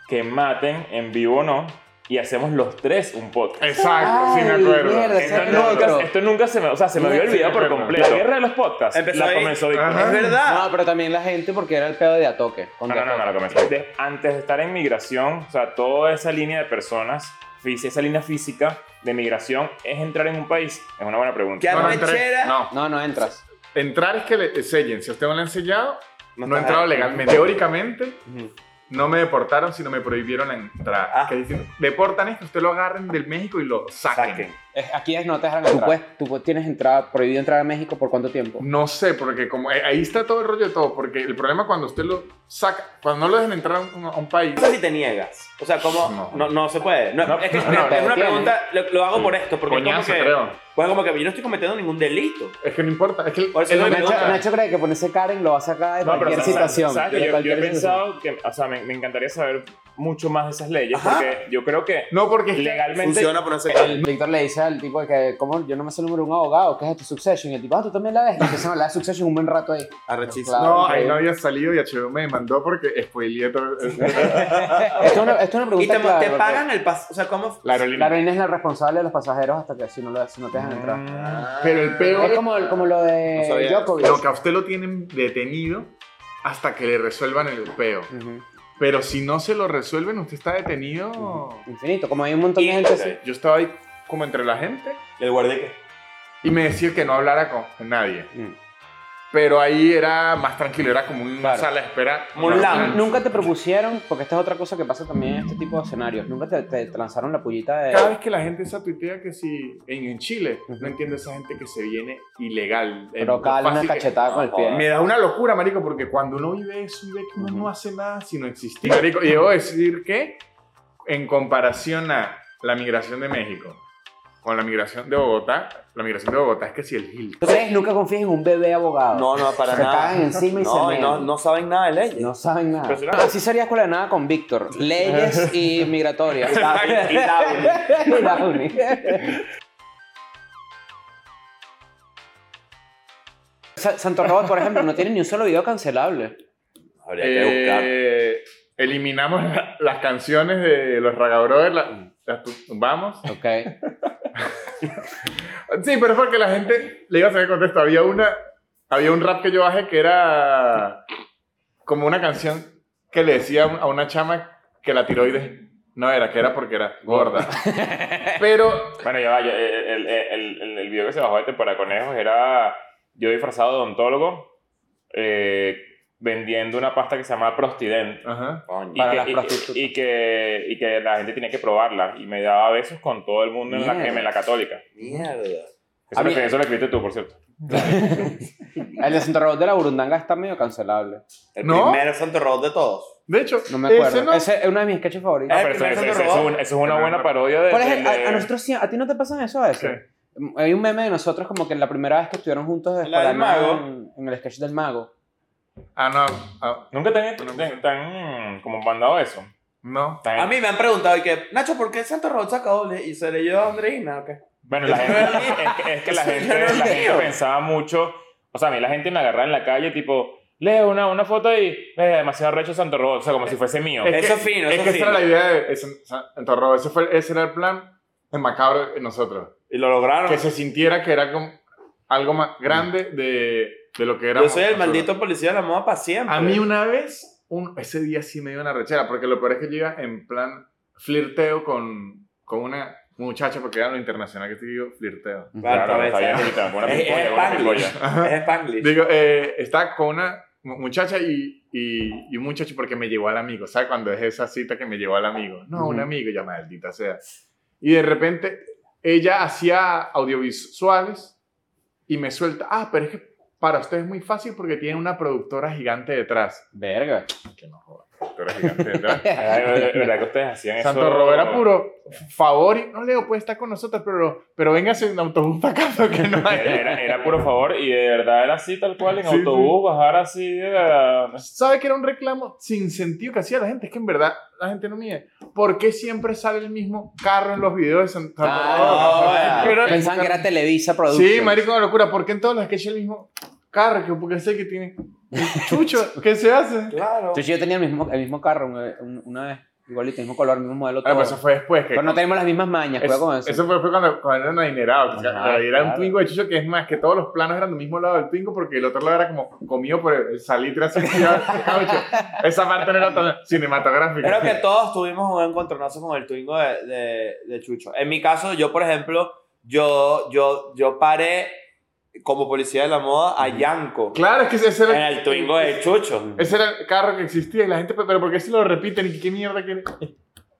Speaker 5: que maten en vivo o no y hacemos los tres un podcast.
Speaker 2: Exacto, sí me
Speaker 4: Ay,
Speaker 2: acuerdo.
Speaker 4: mierda,
Speaker 5: Esto
Speaker 4: Exacto.
Speaker 5: nunca, esto nunca se me, o sea, se me había
Speaker 2: Sí,
Speaker 5: olvidado por
Speaker 2: claro.
Speaker 5: completo. La guerra de los podcasts
Speaker 3: Empezó
Speaker 5: la
Speaker 3: ahí. Ah.
Speaker 5: comenzó Víctor.
Speaker 2: Ajá.
Speaker 3: Es verdad.
Speaker 4: No, pero también la gente porque era el pedo de a toque. con
Speaker 5: Ah. No,
Speaker 4: De
Speaker 5: no, no,
Speaker 4: Atoque.
Speaker 5: no, la comenzó. De- antes de estar en migración, o sea, toda esa línea de personas, fí- esa línea física de migración, ¿es entrar en un país? Es una buena pregunta.
Speaker 3: ¿Qué
Speaker 2: No, no, entré-
Speaker 3: arrechera.
Speaker 2: no,
Speaker 4: No, no entras.
Speaker 2: entrar es que le sellen. Si a usted no le han sellado, no, he
Speaker 3: está-
Speaker 2: entrado legalmente. Teóricamente,
Speaker 3: Ujú.
Speaker 2: no me deportaron, sino me prohibieron la entrada.
Speaker 3: Ah.
Speaker 2: Que dicen, deportan es que usted lo agarren del México y lo saquen.
Speaker 3: Saquen.
Speaker 4: Es- aquí es no te dejan entrar. Tú, puedes- tú tienes entrada, prohibido entrar a México por cuánto tiempo.
Speaker 2: No sé, porque como eh, ahí está todo el rollo de todo, porque el problema cuando usted lo saca, cuando no lo dejan entrar a un, a un país,
Speaker 3: No sé si te niegas. O sea, como. No,
Speaker 2: No.
Speaker 3: no, se puede. No,
Speaker 5: No,
Speaker 3: es que
Speaker 5: no,
Speaker 3: es
Speaker 5: no,
Speaker 3: una
Speaker 4: no.
Speaker 3: pregunta. Lo, lo hago por esto. Porque es como
Speaker 2: coñazo,
Speaker 3: que.
Speaker 2: creo.
Speaker 3: Pues como que yo no estoy cometiendo ningún delito.
Speaker 2: Es que no importa, es que el-
Speaker 3: Por eso
Speaker 2: el-
Speaker 3: no me
Speaker 4: Nacho,
Speaker 3: gusta.
Speaker 4: Nacho cree que ponerse Karen lo va a sacar de
Speaker 5: No, pero
Speaker 4: cualquier
Speaker 5: ¿sabes-
Speaker 4: situación.
Speaker 5: sabes que
Speaker 4: de
Speaker 5: yo- yo,
Speaker 4: cualquier
Speaker 5: he
Speaker 4: situación.
Speaker 5: pensado que, o sea, me, me encantaría saber mucho más de esas leyes,
Speaker 3: Ajá.
Speaker 5: porque yo creo que
Speaker 2: no porque es que-
Speaker 5: legalmente
Speaker 3: Funciona por ese
Speaker 4: El Víctor le dice al tipo de que, ¿cómo? Yo no me sé el número de un abogado, ¿qué es esto? Succession. Y el tipo, ah, tú también la ves. Y empiezan a hablar de Succession un buen rato ahí.
Speaker 3: Arrechísimo.
Speaker 4: Claro.
Speaker 2: no, ahí
Speaker 4: increíble.
Speaker 2: no había salido y HBO me demandó porque spoileé todo.
Speaker 4: esto, es una, esto es una
Speaker 3: Y
Speaker 4: pregunta
Speaker 3: te,
Speaker 4: clara,
Speaker 3: te
Speaker 4: porque
Speaker 3: pagan el paso. O sea, ¿cómo?
Speaker 2: la aerolínea.
Speaker 4: La aerolínea es la responsable de los pasajeros hasta que si no, lo, si no te dejan entrar.
Speaker 2: Pero el peor-
Speaker 4: Es como, como lo
Speaker 3: No
Speaker 4: de
Speaker 3: sabía.
Speaker 4: Eh, Djokovic.
Speaker 2: Lo que a usted lo tienen detenido hasta que le resuelvan el peo.
Speaker 4: Ujú.
Speaker 2: Pero si no se lo resuelven, usted está detenido.
Speaker 4: Infinito, como hay un montón
Speaker 3: Y-
Speaker 4: de gente así.
Speaker 2: Yo estaba ahí como entre la gente
Speaker 3: El guardique.
Speaker 2: y me decía que no hablara con con nadie.
Speaker 4: Mm.
Speaker 2: Pero ahí era más tranquilo, era como una
Speaker 4: Claro.
Speaker 2: sala de espera.
Speaker 3: Como un
Speaker 2: Una-
Speaker 3: lounge.
Speaker 4: Nunca te propusieron, porque esta es otra cosa que pasa también en este tipo de escenarios, nunca te, te- te lanzaron la pullita de...
Speaker 2: Cada vez que la gente se tuitea que si en, en Chile,
Speaker 4: Ujú.
Speaker 2: no entiendo esa gente que se viene ilegal. Es
Speaker 4: Pero cada una
Speaker 2: fácil que-
Speaker 4: cachetada con el
Speaker 5: Ah,
Speaker 4: pie.
Speaker 2: Me da una locura, marico, porque cuando uno vive eso y ve que uno
Speaker 4: Ujú.
Speaker 2: no hace nada sino existir. Marico, y debo decir que en comparación a la migración de México con la migración de Bogotá, la migración de Bogotá es que si el Gil.
Speaker 4: Ustedes nunca confíen en un bebé abogado.
Speaker 3: No, no, para
Speaker 4: se
Speaker 3: nada.
Speaker 4: cagan encima y se
Speaker 3: no, y
Speaker 4: mean.
Speaker 3: no, no saben nada de leyes.
Speaker 4: No saben nada.
Speaker 5: Pero será-
Speaker 4: Así sería escuela de nada con Víctor. Leyes y migratorias.
Speaker 3: Y- y saben.
Speaker 4: Y la uni. Sa- Santo Robot, por ejemplo, no tiene ni un solo video cancelable.
Speaker 3: Habría que buscar.
Speaker 2: Eh, eliminamos la- las canciones de los Raga Brothers, la- las tu- tumbamos.
Speaker 4: Ok.
Speaker 2: Sí, pero es porque la gente le iba a saber contexto. Había una, había un rap que yo bajé que era como una canción que le decía a un- a una chama que la tiroides no era, que era porque era gorda. Pero
Speaker 5: Bueno, ya va, ya, eh, el, el- el- el- el video que se bajó de temporada conejos era yo disfrazado de odontólogo eh, vendiendo una pasta que se llama Prostident.
Speaker 2: ajá,
Speaker 3: Coño.
Speaker 5: Y
Speaker 4: Para
Speaker 5: que,
Speaker 4: las
Speaker 5: y que-
Speaker 4: prostitutas.
Speaker 5: y que- y que la gente tenía que probarla. Y me daba besos con todo el mundo en la,
Speaker 4: Mierda.
Speaker 5: en la católica.
Speaker 3: Mierda.
Speaker 5: Eso,
Speaker 4: A
Speaker 5: lo,
Speaker 4: mí- Eh,
Speaker 5: que- eso lo escribiste tú, por cierto.
Speaker 4: El de Santo Robot de la Burundanga está medio cancelable.
Speaker 3: El
Speaker 2: ¿No?
Speaker 3: primer Santo Robot de todos.
Speaker 2: De hecho,
Speaker 4: No me acuerdo.
Speaker 2: ese
Speaker 4: Ese,
Speaker 2: no.
Speaker 4: es uno de mis sketches favoritos.
Speaker 3: Ah,
Speaker 5: No, pero eso,
Speaker 3: primer
Speaker 5: eso-
Speaker 3: Santo
Speaker 5: eso- eso es
Speaker 3: Robot.
Speaker 5: un- eso es una buena parodia de...
Speaker 4: Por ejemplo,
Speaker 5: de-
Speaker 4: a, a nosotros sí- a ti no te pasan eso a veces. Hay un meme de nosotros como que la primera vez que estuvieron juntos de
Speaker 3: La del
Speaker 4: Escolano
Speaker 3: mago.
Speaker 4: En, en el sketch del mago.
Speaker 2: Ah, no. ah,
Speaker 5: Nunca te han,
Speaker 2: Bueno,
Speaker 5: te-
Speaker 2: pues-
Speaker 5: te han, mm, como mandado eso.
Speaker 2: no.
Speaker 5: Te han-
Speaker 3: A mí me han preguntado, y que, Nacho, ¿por qué Santo Rojo saca doble? Y se le dio a Andreina, ¿o qué?
Speaker 5: Bueno, la gente, es, que, es que la
Speaker 3: Eso
Speaker 5: gente,
Speaker 3: yo no
Speaker 5: la gente
Speaker 3: entiendo.
Speaker 5: pensaba mucho. O sea, a mí la gente me agarraba en la calle, tipo, leo una, una foto y eh, demasiado recho Santo Robo. O sea, como si fuese mío.
Speaker 2: Es
Speaker 3: Eso
Speaker 2: que-
Speaker 3: fino,
Speaker 2: Es
Speaker 3: eso
Speaker 2: que esa
Speaker 3: fino.
Speaker 2: era la idea de ese, Entorro. Ese, fue, ese era el plan de macabro de nosotros.
Speaker 3: Y lo lograron.
Speaker 2: Que se sintiera que era como algo más grande de, de lo que era.
Speaker 3: Yo soy el maldito policía de la moda para siempre.
Speaker 2: A mí una vez, un, ese día sí me dio una rechera, porque lo peor es que yo iba en plan flirteo con, con una muchacha, porque era lo internacional que te digo, flirteo.
Speaker 3: Claro,
Speaker 5: Claro, está
Speaker 3: esa-
Speaker 5: bien, ahorita, con una
Speaker 3: Es- es
Speaker 5: picolla, con una
Speaker 3: Spanglish.
Speaker 5: picolla.
Speaker 3: Es Spanglish.
Speaker 2: Digo, eh, estaba con una mu- muchacha y, y, y un muchacho porque me llevó al amigo, ¿sabes? Cuando es esa cita que me llevó al amigo. No, un
Speaker 4: Ujú.
Speaker 2: amigo, ya maldita sea. Y de repente ella hacía audiovisuales y me suelta, ah, pero es que para usted es muy fácil porque tiene una productora gigante detrás.
Speaker 4: Verga.
Speaker 2: Que no joda, productora gigante detrás.
Speaker 5: Ay, ver- ¿Verdad que ustedes hacían eso?
Speaker 2: Santo Robo era puro favor y no Leo puede estar con nosotros, pero, pero véngase en autobús para acá porque no hay.
Speaker 5: Era, era- era puro favor y de verdad era así, tal cual, en
Speaker 2: Sí, sí.
Speaker 5: autobús, bajar así eh, de la-
Speaker 2: ¿Sabe que era un reclamo sin sentido que hacía la gente? Es que en verdad la gente no mide. ¿Por qué siempre sale el mismo carro en los videos de Santo
Speaker 3: Ah,
Speaker 2: Robo? Pero-
Speaker 4: Pensaban que era Televisa Productions.
Speaker 2: Sí, marico, una locura. ¿Por qué en todas las que es el mismo carro? Que porque sé que tiene. Chucho, ¿qué se hace?
Speaker 3: Claro.
Speaker 4: Entonces yo tenía el mismo, el mismo carro un- un- una vez, igualito, el mismo color, el mismo modelo,
Speaker 2: Ah,
Speaker 4: todo.
Speaker 2: pero eso fue después. Que
Speaker 4: Pero no tenemos las mismas mañas,
Speaker 2: Es-
Speaker 4: cuidado con eso.
Speaker 2: eso fue, fue cuando, cuando eran adinerados. que se-
Speaker 5: Ajá,
Speaker 2: era un
Speaker 5: claro.
Speaker 2: Twingo de Chucho que es más que todos los planos eran del mismo lado del Twingo porque el otro lado era como comido por el salitre así. que llevaba el caucho. Esa parte no era tan cinematográfica.
Speaker 3: Creo que todos tuvimos un encontronazo con el Twingo de, de- de Chucho. En mi caso, yo, por ejemplo, yo, yo, yo paré como policía de la moda a Yanko
Speaker 2: Claro, es que ese
Speaker 3: en
Speaker 2: era,
Speaker 3: el Twingo de Chucho.
Speaker 2: ese era el carro que existía y la gente, pero ¿por qué se lo repiten? ¿Y qué mierda quiere?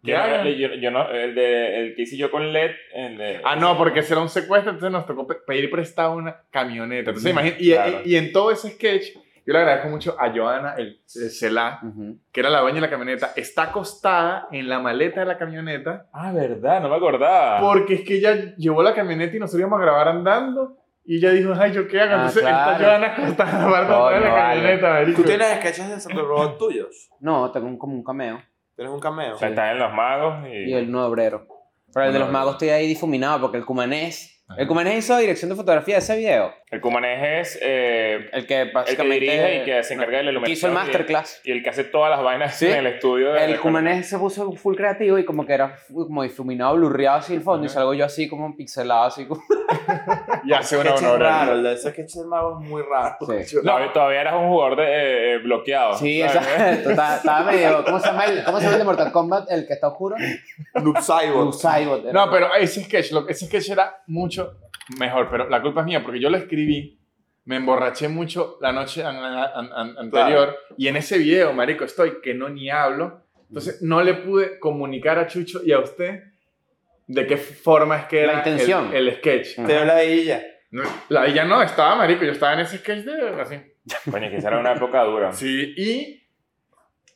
Speaker 5: Yo no- yo- yo no- el, de- el que hice yo con LED. el de-
Speaker 2: Ah, no, porque será un secuestro, entonces nos tocó pe- pedir prestada una camioneta. Entonces, imagina- y,
Speaker 5: Claro.
Speaker 2: y- y en todo ese sketch, yo le agradezco mucho a Joana, el, el Celá,
Speaker 4: Ujú.
Speaker 2: que era la dueña de la camioneta, está acostada en la maleta de la camioneta
Speaker 5: Ah, verdad, no me acordaba.
Speaker 2: Porque es que ella llevó la camioneta y nosotros íbamos a grabar andando. Y ella dijo, ay, ¿yo qué hago?
Speaker 4: Ah,
Speaker 2: Entonces
Speaker 4: claro.
Speaker 2: está Joana acostada abajo atrás de
Speaker 4: Coño,
Speaker 2: la
Speaker 4: vale.
Speaker 2: camioneta, marico.
Speaker 3: ¿Tú tienes sketches de Santo Robot tuyos?
Speaker 4: No, tengo un- como un cameo.
Speaker 3: ¿Tienes un cameo?
Speaker 5: O sea, están en los magos y.
Speaker 4: Y el nuevo obrero. Pero el de los
Speaker 2: Nuevo
Speaker 4: magos estoy ahí difuminado porque el cumanés.
Speaker 2: Ajá.
Speaker 4: El cumanés hizo dirección de fotografía de ese video.
Speaker 5: El Cumanés es eh,
Speaker 4: El que
Speaker 5: el que
Speaker 4: básicamente.
Speaker 5: dirige y que se encarga de la
Speaker 4: que
Speaker 5: iluminación.
Speaker 4: hizo el
Speaker 5: y-
Speaker 4: masterclass.
Speaker 5: Y el que hace todas las vainas
Speaker 4: Sí.
Speaker 5: en el estudio. de-
Speaker 4: El cumanés se puso full creativo y como que era fu- como difuminado, blurreado así el fondo. Y
Speaker 2: Ajá.
Speaker 4: salgo yo así como pixelado, así como.
Speaker 2: Y hace una
Speaker 3: sketch es
Speaker 2: honor.
Speaker 3: raro, el de ese sketch del mago es muy raro.
Speaker 4: Sí.
Speaker 5: Todavía, todavía eras un jugador de, eh, eh, bloqueado.
Speaker 3: Ah,
Speaker 4: Sí,
Speaker 5: ¿sabes?
Speaker 4: exacto. Estaba estaba medio. ¿Cómo se llama el, cómo se llama el de Mortal Kombat? El que está oscuro.
Speaker 3: Noob Saibot.
Speaker 4: Blue Cybot. era.
Speaker 2: No, pero ese sketch, lo- ese sketch era mucho mejor. Pero la culpa es mía porque yo lo escribí. Me emborraché mucho la noche an- an- an- anterior. Y en ese video, marico, estoy que no ni hablo. Entonces
Speaker 4: Mm.
Speaker 2: no le pude comunicar a Chucho y a usted de qué forma es que
Speaker 4: La
Speaker 2: era el-
Speaker 4: intención. Mm.
Speaker 2: el sketch.
Speaker 3: Te dio la villa.
Speaker 2: No, La villa no, estaba marico, yo estaba en ese sketch de así.
Speaker 5: Coño, que esa era una época dura.
Speaker 2: Sí, y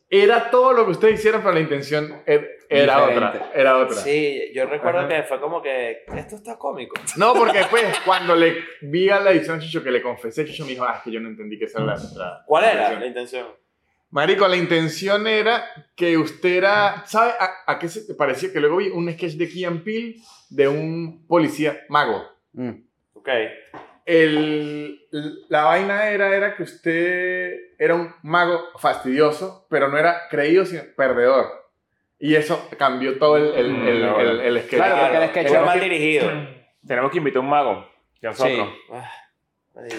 Speaker 2: era todo lo que ustedes hicieron, pero la intención er- era
Speaker 4: Diferente.
Speaker 2: otra, era otra.
Speaker 3: Sí, yo recuerdo
Speaker 2: Ajá.
Speaker 3: que fue como que esto está cómico.
Speaker 2: No, porque después cuando le vi a la edición a Chicho que le confesé, Chicho me dijo, ah, es que yo no entendí que esa era
Speaker 3: Mm.
Speaker 2: la, la-
Speaker 3: ¿Cuál
Speaker 2: la
Speaker 3: era la
Speaker 2: intención".
Speaker 3: intención?
Speaker 2: Marico, la intención era que usted era, ¿sabe a, a qué se parecía? Que luego vi un sketch de Kian Peele de un policía mago.
Speaker 4: Mm.
Speaker 3: Ok.
Speaker 2: el, la vaina era, era que usted era un mago fastidioso, pero no era creído, sino perdedor. Y eso cambió todo el, el,
Speaker 5: Mm,
Speaker 2: el,
Speaker 5: ahora.
Speaker 2: el, el sketch.
Speaker 4: Claro, porque el sketch
Speaker 3: era
Speaker 4: era-
Speaker 3: mal dirigido.
Speaker 5: Tenemos que invitar a un mago. que Nosotros.
Speaker 4: Sí.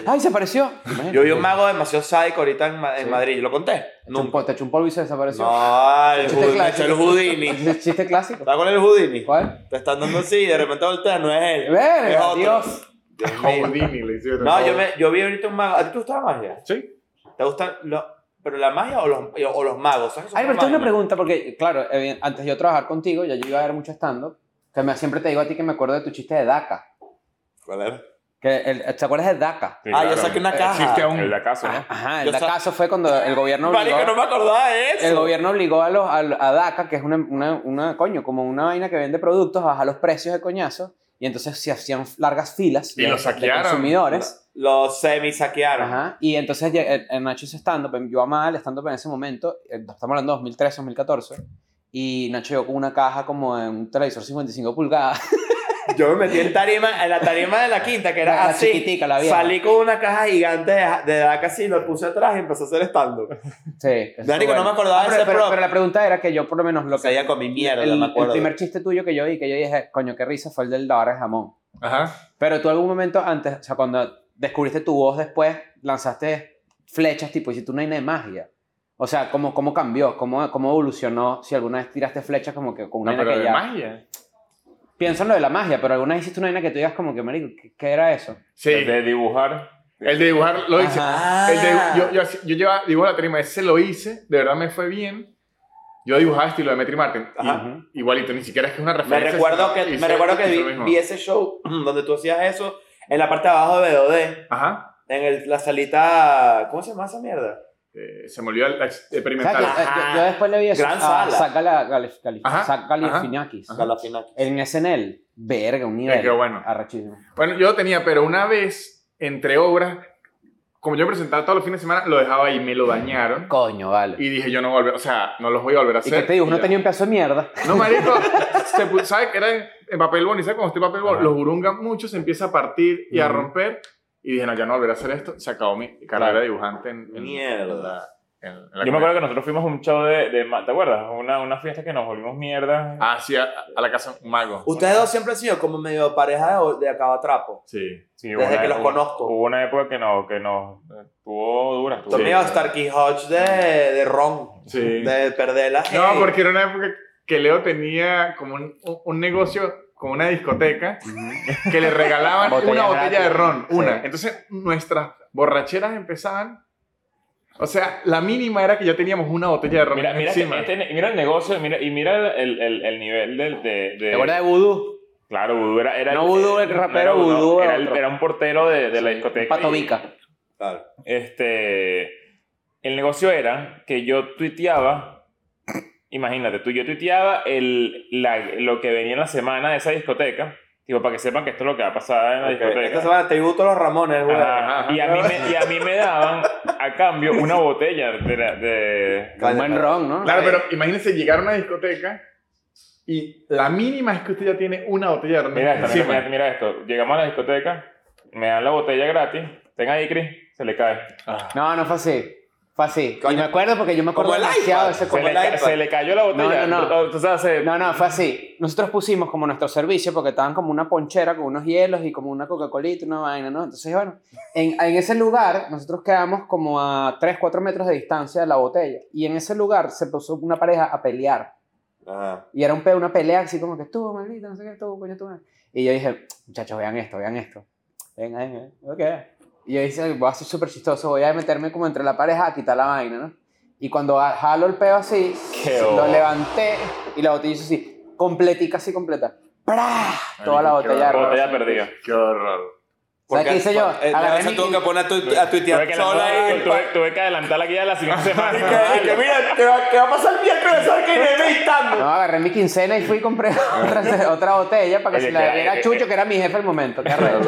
Speaker 3: Ah,
Speaker 4: ¡Ay, se apareció!
Speaker 3: Yo vi un mago demasiado sádico ahorita en, Ma- en
Speaker 4: Sí.
Speaker 3: Madrid, yo lo conté. Nunca.
Speaker 4: Nunca. Te echó un polvo y se desapareció.
Speaker 3: No, el
Speaker 4: Chiste
Speaker 3: Houdini.
Speaker 4: clásico.
Speaker 3: El Houdini.
Speaker 4: Ese es chiste clásico.
Speaker 3: Está con el Houdini.
Speaker 4: ¿Cuál?
Speaker 3: Te están dando así y de repente voltea, no es él. es
Speaker 4: ¡Verga,
Speaker 3: otro.
Speaker 4: Dios!
Speaker 3: Dios mío.
Speaker 2: Houdini le hicieron.
Speaker 3: No, yo, me- yo vi ahorita un mago. ¿A ti te gusta la magia?
Speaker 2: Sí.
Speaker 3: ¿Te gustan los, pero la magia o los, o los magos? ¿Sabes que son
Speaker 4: Ay, pero tengo
Speaker 3: magos?
Speaker 4: una pregunta, porque, claro, evi- antes de yo trabajar contigo, ya yo iba a ver mucho stand-up, que me, siempre te digo a ti que me acuerdo de tu chiste de DACA.
Speaker 3: ¿Cuál era?
Speaker 4: Que el- ¿Te acuerdas de DACA?
Speaker 5: Sí,
Speaker 3: ah, yo
Speaker 5: claro.
Speaker 3: saqué una
Speaker 4: Eh, Ah,
Speaker 3: caja.
Speaker 2: existe aún.
Speaker 5: El de acaso, ¿no?
Speaker 4: Ajá,
Speaker 3: Ah, Yo
Speaker 4: el
Speaker 3: sa-
Speaker 4: DACAzo fue cuando el gobierno obligó,
Speaker 3: Marico, no me acordaba de eso.
Speaker 4: el gobierno obligó a, los, a, a DACA, que es una, una, una, coño, como una vaina que vende productos, a bajar los precios de coñazo. Y entonces se hacían largas filas
Speaker 2: Y
Speaker 4: de,
Speaker 2: lo
Speaker 4: de
Speaker 2: saquearon.
Speaker 4: consumidores.
Speaker 3: Los semi saquearon.
Speaker 4: Ajá. Y entonces lleg- el- el Nacho hizo stand-up, yo amaba el stand-up en ese momento, eh, estamos hablando de 2013, 2014, y Nacho llegó con una caja como de un televisor 55 pulgadas,
Speaker 3: Yo me metí en tarima, en la tarima de la quinta, que era
Speaker 4: La- la
Speaker 3: así.
Speaker 4: chiquitica, la vieja.
Speaker 3: Salí con una caja gigante de, de DACA así, lo puse atrás y empecé a hacer stand-up.
Speaker 4: Sí, eso
Speaker 3: Marico,
Speaker 4: fue
Speaker 3: no me acordaba de
Speaker 4: pero,
Speaker 3: ese
Speaker 4: pero,
Speaker 3: prop.
Speaker 4: pero la pregunta era que yo por lo menos lo
Speaker 3: Lo que
Speaker 4: que...
Speaker 3: había con mi mierda,
Speaker 4: el,
Speaker 3: me
Speaker 4: el
Speaker 3: acuerdo.
Speaker 4: primer chiste tuyo que yo vi, que yo dije, coño, qué risa, fue el del la barra de jamón.
Speaker 2: Ajá.
Speaker 4: Pero tú algún momento antes, o sea, cuando descubriste tu voz después, lanzaste flechas, tipo, hiciste una vaina de magia. O sea, ¿cómo, cómo cambió? ¿Cómo, ¿Cómo evolucionó? Si alguna vez tiraste flechas como que con una
Speaker 2: No,
Speaker 4: vaina
Speaker 2: pero
Speaker 4: que
Speaker 2: de
Speaker 4: ya...
Speaker 2: magia.
Speaker 4: Pienso en lo de la magia, pero alguna vez hiciste una vaina que tú digas como que, marico, ¿qué, qué era eso?
Speaker 2: Sí.
Speaker 5: El de dibujar.
Speaker 2: El de dibujar lo hice.
Speaker 3: Ah.
Speaker 2: El de- yo, yo, hacía- yo llevaba, dibujo la tarima, ese lo hice, de verdad me fue bien. Yo dibujaba estilo de Metri Martin. y-
Speaker 3: Ajá.
Speaker 2: igualito, ni siquiera es que es una
Speaker 3: Me
Speaker 2: referencia.
Speaker 3: recuerdo que,
Speaker 2: sino-
Speaker 3: me
Speaker 2: hice-
Speaker 3: recuerdo que
Speaker 2: hice
Speaker 3: vi,
Speaker 2: lo mismo.
Speaker 3: vi ese show donde tú hacías eso en la parte de abajo de BOD,
Speaker 2: Ajá.
Speaker 3: en el- la salita. ¿Cómo se llama esa mierda?
Speaker 2: Eh, se me olvidó la ex-
Speaker 4: O sea, que,
Speaker 2: experimental.
Speaker 4: eh, yo, yo después le vi eso
Speaker 3: Gran
Speaker 4: a
Speaker 3: sala.
Speaker 4: Sakala Galif- Galif-
Speaker 2: Ajá,
Speaker 4: Zach Galifianakis.
Speaker 3: Hasta la final.
Speaker 4: En SNL, verga, un nivel.
Speaker 2: Es que bueno.
Speaker 4: Arrachísimo.
Speaker 2: Bueno, yo lo tenía, pero una vez, entre obras, como yo me presentaba todos los fines de semana, lo dejaba ahí, me lo dañaron.
Speaker 4: Coño, vale.
Speaker 2: Y dije, yo no volver, o sea, no los voy a volver a
Speaker 4: ¿Y
Speaker 2: hacer.
Speaker 4: qué te digo?
Speaker 2: Y
Speaker 4: Uno
Speaker 2: ya.
Speaker 4: tenía un pedazo de mierda.
Speaker 2: No, marico, se pu- ¿sabes que era en, en papel bond? Y ¿sabes cuando estoy papel bond?
Speaker 4: Ajá.
Speaker 2: Los burungan mucho, se empieza a partir y a
Speaker 4: Ujú.
Speaker 2: romper. Y dije, no, ya no volveré a hacer esto. Se acabó mi carrera de dibujante en, en- en
Speaker 3: Mierda.
Speaker 2: la- en- en la
Speaker 5: Yo me acuerdo que nosotros fuimos a un show de, de ma- ¿te acuerdas? Una, una fiesta que nos volvimos mierda.
Speaker 2: Ah, sí, a, a la casa un mago.
Speaker 3: Ustedes dos siempre han sido como medio pareja de, de acabatrapo.
Speaker 2: Sí.
Speaker 5: Sí,
Speaker 3: Desde
Speaker 5: hubo una
Speaker 3: que los
Speaker 5: época-
Speaker 3: conozco.
Speaker 5: Hubo una época que nos, que nos eh, tuvo dura.
Speaker 3: Tú medio Starkey Hodge de, de Ron,
Speaker 2: Sí.
Speaker 3: de perderla.
Speaker 2: No, porque era una época que Leo tenía como un, un- un negocio, como una discoteca, que le regalaban una
Speaker 4: Botellas
Speaker 2: botella de
Speaker 4: gratis.
Speaker 2: ron, una.
Speaker 4: Sí.
Speaker 2: Entonces nuestras borracheras empezaban. O sea, la mínima era que ya teníamos una botella de ron
Speaker 5: Mira, mira,
Speaker 2: encima.
Speaker 5: este- este- mira el negocio mira, y mira el, el, el nivel del- de... de-
Speaker 4: ¿Te acuerdas de Vudú?
Speaker 5: Claro, Vudú era... era
Speaker 4: No Vudú, el
Speaker 5: no
Speaker 4: rapero,
Speaker 5: era
Speaker 4: Vudú era
Speaker 5: Era, el-
Speaker 4: otro.
Speaker 5: era un portero de, de la
Speaker 4: Un
Speaker 5: discoteca.
Speaker 4: pato
Speaker 5: y-
Speaker 4: Vica.
Speaker 3: Claro.
Speaker 5: Este, el negocio era que yo tuiteaba, imagínate, tú yo tuiteaba el, la- lo que venía en la semana de esa discoteca, tipo, para que sepan que esto es lo que va a pasar en la
Speaker 3: Ok,
Speaker 5: discoteca.
Speaker 3: Esta semana tributo a los Ramones, güey.
Speaker 5: Ajá,
Speaker 2: Ajá,
Speaker 5: Y, a mí me, y a mí me daban a cambio una botella de... la- de-
Speaker 4: Un buen ron, ¿no?
Speaker 2: Claro, pero imagínense llegar a una discoteca y la mínima es que usted ya tiene una botella de ron
Speaker 5: Mira esto, mira,
Speaker 2: encima.
Speaker 5: mira- mira esto. Llegamos a la discoteca, me dan la botella gratis, tenga ahí, Chris, se le cae.
Speaker 4: No, no fue así. Fue así. Y
Speaker 3: Coño.
Speaker 4: me acuerdo porque yo me acuerdo
Speaker 3: Como el
Speaker 4: demasiado
Speaker 3: iPad.
Speaker 4: de ese
Speaker 5: Se
Speaker 3: Como
Speaker 5: le,
Speaker 3: el
Speaker 5: ca-
Speaker 3: iPad.
Speaker 5: se le cayó la botella.
Speaker 4: No, no, no.
Speaker 5: O sea, se-
Speaker 4: No, no, fue así. Nosotros pusimos como nuestro servicio, porque estaban como una ponchera con unos hielos y como una Coca-Colita, una vaina, ¿no? Entonces, bueno, en, en ese lugar nosotros quedamos como a 3, 4 metros de distancia de la botella. Y en ese lugar se puso una pareja a pelear.
Speaker 3: Ajá.
Speaker 4: Y era un pe una pelea así como que estuvo, maldito, no sé qué, estuvo, coño, estuvo. Y yo dije, muchachos, vean esto, vean esto. Venga, venga, ok. Y yo dije, voy a ser súper chistoso, voy a meterme como entre la pareja a quitar la vaina, ¿no? Y cuando a- jalo el peo así,
Speaker 5: Qué
Speaker 4: lo
Speaker 5: bobo.
Speaker 4: levanté y la botella hizo así, completica, así completa. ¡Pra! Toda la
Speaker 2: Marico, qué
Speaker 4: botella.
Speaker 2: horror.
Speaker 5: botella perdida.
Speaker 2: Qué horror.
Speaker 4: ¿Sabes qué hice yo?
Speaker 3: Eh,
Speaker 4: Agarré
Speaker 3: eso
Speaker 4: mi-
Speaker 3: tuvo que poner a, tu- a
Speaker 5: Tuve
Speaker 3: tuitear
Speaker 5: que,
Speaker 3: sola
Speaker 5: adelantar-
Speaker 3: ahí.
Speaker 5: tuve- tuve que adelantar la guía de la siguiente semana.
Speaker 3: Y que- y que mira, ¿qué va, qué va a pasar el miércoles? ¿Sabes que viene
Speaker 4: No,
Speaker 3: editando?
Speaker 4: agarré mi quincena y fui y compré otra, otra botella para que
Speaker 5: Oye,
Speaker 4: se la
Speaker 5: que-
Speaker 4: diera a
Speaker 5: eh,
Speaker 4: Chucho,
Speaker 5: eh.
Speaker 4: que era mi jefe al momento. Qué raro.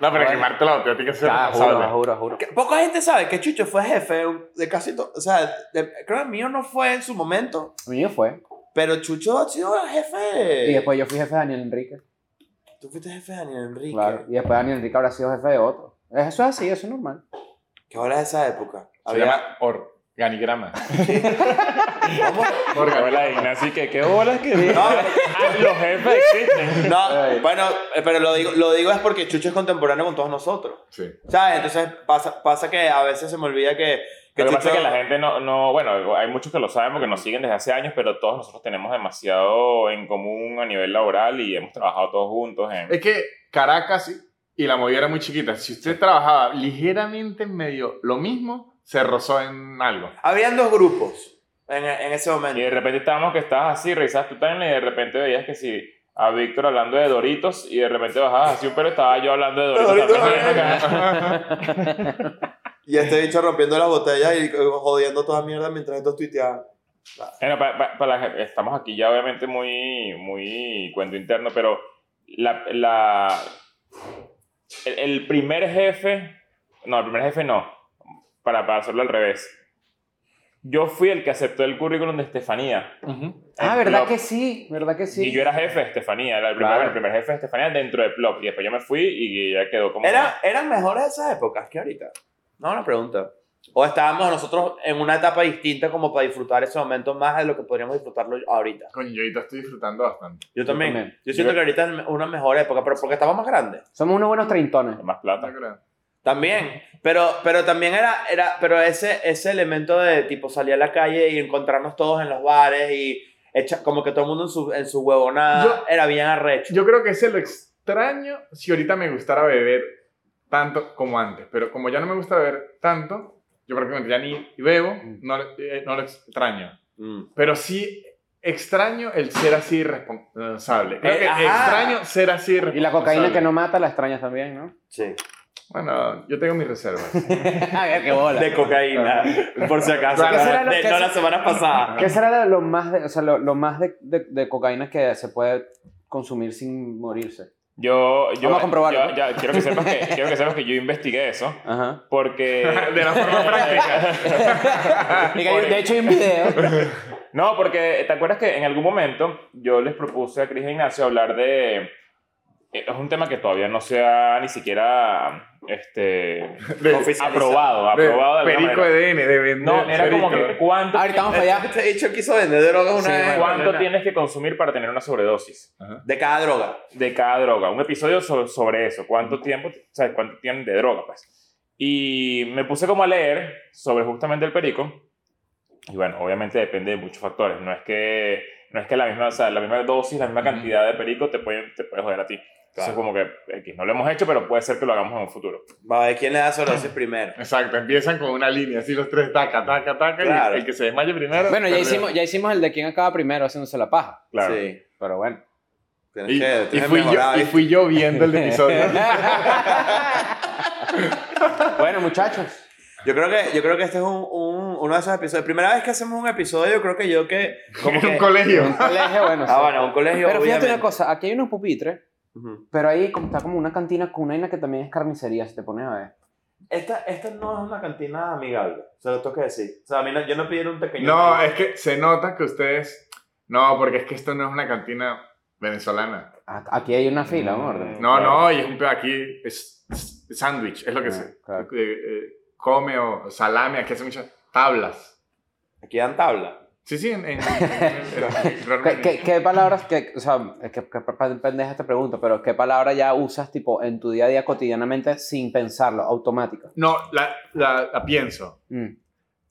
Speaker 2: No, pero
Speaker 4: Ay.
Speaker 2: quemarte la botella tiene que ser
Speaker 4: Ah,
Speaker 2: responsable.
Speaker 4: juro, juro, juro.
Speaker 3: Que Poca gente sabe que Chucho fue jefe de un- de casi todo. O sea, de- creo que el mío no fue en su momento.
Speaker 4: Mío fue.
Speaker 3: Pero Chucho ha sido jefe.
Speaker 4: Y después yo fui jefe de Daniel Enrique.
Speaker 3: Tú fuiste jefe de Daniel Enrique.
Speaker 4: Claro. Y después Daniel Enrique habrá sido jefe de otro. Eso es así, eso es normal.
Speaker 3: ¿Qué hora es esa época?
Speaker 2: Se llama organigrama.
Speaker 3: ¿Cómo?
Speaker 5: Hola, Igna, así que qué bolas que
Speaker 3: No,
Speaker 5: Ah, los jefes existen.
Speaker 3: no, bueno, eh, pero lo digo, lo digo es porque Chucho es contemporáneo con todos nosotros.
Speaker 2: Sí.
Speaker 3: ¿Sabes? Entonces pasa, pasa que a veces se me olvida que.
Speaker 5: Lo que
Speaker 3: Chucho-
Speaker 5: pasa es que la gente no, no, bueno, hay muchos que lo saben porque nos siguen desde hace años, pero todos nosotros tenemos demasiado en común a nivel laboral y hemos trabajado todos juntos en...
Speaker 2: Es que Caracas y la movida era muy chiquita. Si usted trabajaba ligeramente en medio lo mismo, se rozó en algo.
Speaker 3: Habían dos grupos en, en ese
Speaker 5: Y
Speaker 3: momento.
Speaker 5: de repente estábamos que estabas así, revisabas tu timeline y de repente veías que si a Víctor hablando de Doritos y de repente bajabas así un pero estaba yo hablando de Doritos.
Speaker 3: Doritos,
Speaker 5: también.
Speaker 3: Y este bicho rompiendo las botellas y eh, jodiendo toda mierda mientras estos tuiteaban.
Speaker 5: Bueno, pa- pa- para la- estamos aquí ya obviamente muy, muy cuento interno, pero la, la- el, el primer jefe, no, el primer jefe no, para, para hacerlo al revés. Yo fui el que aceptó el currículum de Estefanía.
Speaker 4: Ah,
Speaker 5: En
Speaker 4: ¿verdad
Speaker 5: Plop.
Speaker 4: que sí? ¿Verdad que sí?
Speaker 5: Y yo era jefe de Estefanía, era el primer,
Speaker 4: Claro.
Speaker 5: el primer jefe de Estefanía dentro de Plop. Y después yo me fui y ya quedó como...
Speaker 3: Era, ¿Eran mejores esas épocas que ahorita? No, una pregunta. ¿O estábamos nosotros en una etapa distinta como para disfrutar ese momento más de lo que podríamos disfrutarlo ahorita?
Speaker 2: Coño, yo ahorita estoy disfrutando bastante.
Speaker 3: Yo también. Yo,
Speaker 4: también.
Speaker 3: siento
Speaker 5: Yo-
Speaker 3: que ahorita es una mejor época, pero porque estamos más grandes.
Speaker 4: Somos unos buenos treintones.
Speaker 5: Más plata.
Speaker 2: No creo.
Speaker 3: También. Pero, pero también era, era pero ese, ese elemento de tipo salir a la calle y encontrarnos todos en los bares y echa- como que todo el mundo en su, en su huevonada
Speaker 2: Yo-
Speaker 3: era bien arrecho.
Speaker 2: Yo creo que ese lo extraño si ahorita me gustara beber tanto como antes. Pero como ya no me gusta beber tanto, yo prácticamente ya ni bebo, no, le- eh, no lo extraño.
Speaker 3: Mm.
Speaker 2: Pero sí extraño el ser así irresponsable. Creo
Speaker 3: Eh,
Speaker 2: que
Speaker 3: ajá.
Speaker 2: extraño ser así
Speaker 4: Y
Speaker 2: irresponsable.
Speaker 4: la cocaína que no mata la extrañas también, ¿no?
Speaker 3: Sí.
Speaker 2: Bueno, yo tengo mis reservas.
Speaker 4: A ver, qué bola.
Speaker 3: De cocaína, por si acaso.
Speaker 4: ¿Qué será lo
Speaker 3: De-
Speaker 4: que
Speaker 3: no
Speaker 4: hace-
Speaker 3: la semana pasada.
Speaker 4: ¿Qué será lo más, de, o sea, lo, lo más de, de- de cocaína que se puede consumir sin morirse?
Speaker 5: Yo, yo,
Speaker 4: Vamos a comprobarlo. pues.
Speaker 5: yo- ya, quiero, que sepas que, quiero que sepas que yo investigué eso
Speaker 4: Ajá.
Speaker 5: porque...
Speaker 2: De la forma práctica.
Speaker 4: Y que hay- de hecho, hay un video.
Speaker 5: No, porque te acuerdas que en algún momento yo les propuse a Cris e Ignacio hablar de. eh, Es un tema que todavía no se ha ni siquiera este,
Speaker 2: De-
Speaker 5: aprobado.
Speaker 2: de
Speaker 5: Aprobado de alguna
Speaker 2: perico
Speaker 5: manera.
Speaker 2: EDN, de vender.
Speaker 5: No, era como que cuánto,
Speaker 4: Ahorita vamos para allá.
Speaker 3: Este dicho quiso vender drogas una
Speaker 4: Sí,
Speaker 3: vez.
Speaker 5: cuánto tienes que consumir para tener una sobredosis
Speaker 3: De cada droga.
Speaker 5: de cada droga. Un episodio so- sobre eso. ¿Cuánto tiempo, sabes, cuánto tienen de droga, pues? Y me puse como a leer sobre justamente el perico. Y bueno, obviamente depende de muchos factores. No es que, no es que la, misma, o sea, la misma dosis, la misma
Speaker 2: Ujú.
Speaker 5: cantidad de perico te puede, te puede joder a ti. Entonces,
Speaker 3: Claro.
Speaker 5: como que X, no lo hemos hecho, pero puede ser que lo hagamos en un futuro.
Speaker 3: Va a ver quién le da sobredosis primero.
Speaker 2: Exacto, empiezan con una línea, así los tres, taca, taca, taca,
Speaker 3: Claro.
Speaker 2: y el que se desmaye primero.
Speaker 4: Bueno, ya
Speaker 2: perdió.
Speaker 4: hicimos, ya hicimos el de quién acaba primero haciéndose la paja.
Speaker 5: Claro.
Speaker 3: Sí.
Speaker 4: Pero bueno.
Speaker 3: Tienes
Speaker 2: Y,
Speaker 3: que-
Speaker 2: y
Speaker 3: tienes que
Speaker 2: fui
Speaker 3: mejorar,
Speaker 2: yo, y
Speaker 3: ¿viste?
Speaker 2: fui yo viendo el episodio.
Speaker 4: Bueno, muchachos.
Speaker 3: Yo creo que, yo creo que este es un, un- uno de esos episodios. Primera vez que hacemos un episodio, yo creo que yo que. Como
Speaker 2: en un
Speaker 3: que
Speaker 2: colegio.
Speaker 4: Colegio, bueno.
Speaker 3: ah,
Speaker 4: sí.
Speaker 3: bueno, un colegio.
Speaker 4: Pero fíjate una
Speaker 3: obviamente.
Speaker 4: cosa, aquí hay unos pupitres,
Speaker 3: Ujú.
Speaker 4: pero ahí como- está como una cantina con una vaina que también es carnicería, si te pones a ver.
Speaker 3: Esta, esta no es una cantina amigable. Se lo tengo que decir. O sea, a mí no, yo no pidieron un pequeño.
Speaker 2: No, es que se nota que ustedes. No, porque es que esto no es una cantina venezolana.
Speaker 4: A- Aquí hay una fila, amor. Mm,
Speaker 2: No,
Speaker 5: Claro.
Speaker 2: no, y es un pe- aquí es es sándwich, es lo que
Speaker 4: Ah,
Speaker 2: se
Speaker 4: claro.
Speaker 2: eh, eh, come o salame, aquí hacen muchas tablas.
Speaker 3: Aquí dan tabla.
Speaker 2: Sí, sí, en. en- en- en-
Speaker 4: ¿Qué, qué, qué palabras, que, o sea, es que, que pa- pendeja te pregunto, pero qué palabra ya usas tipo en tu día a día cotidianamente sin pensarlo, automática?
Speaker 2: No, la, la- la pienso.
Speaker 4: Mm.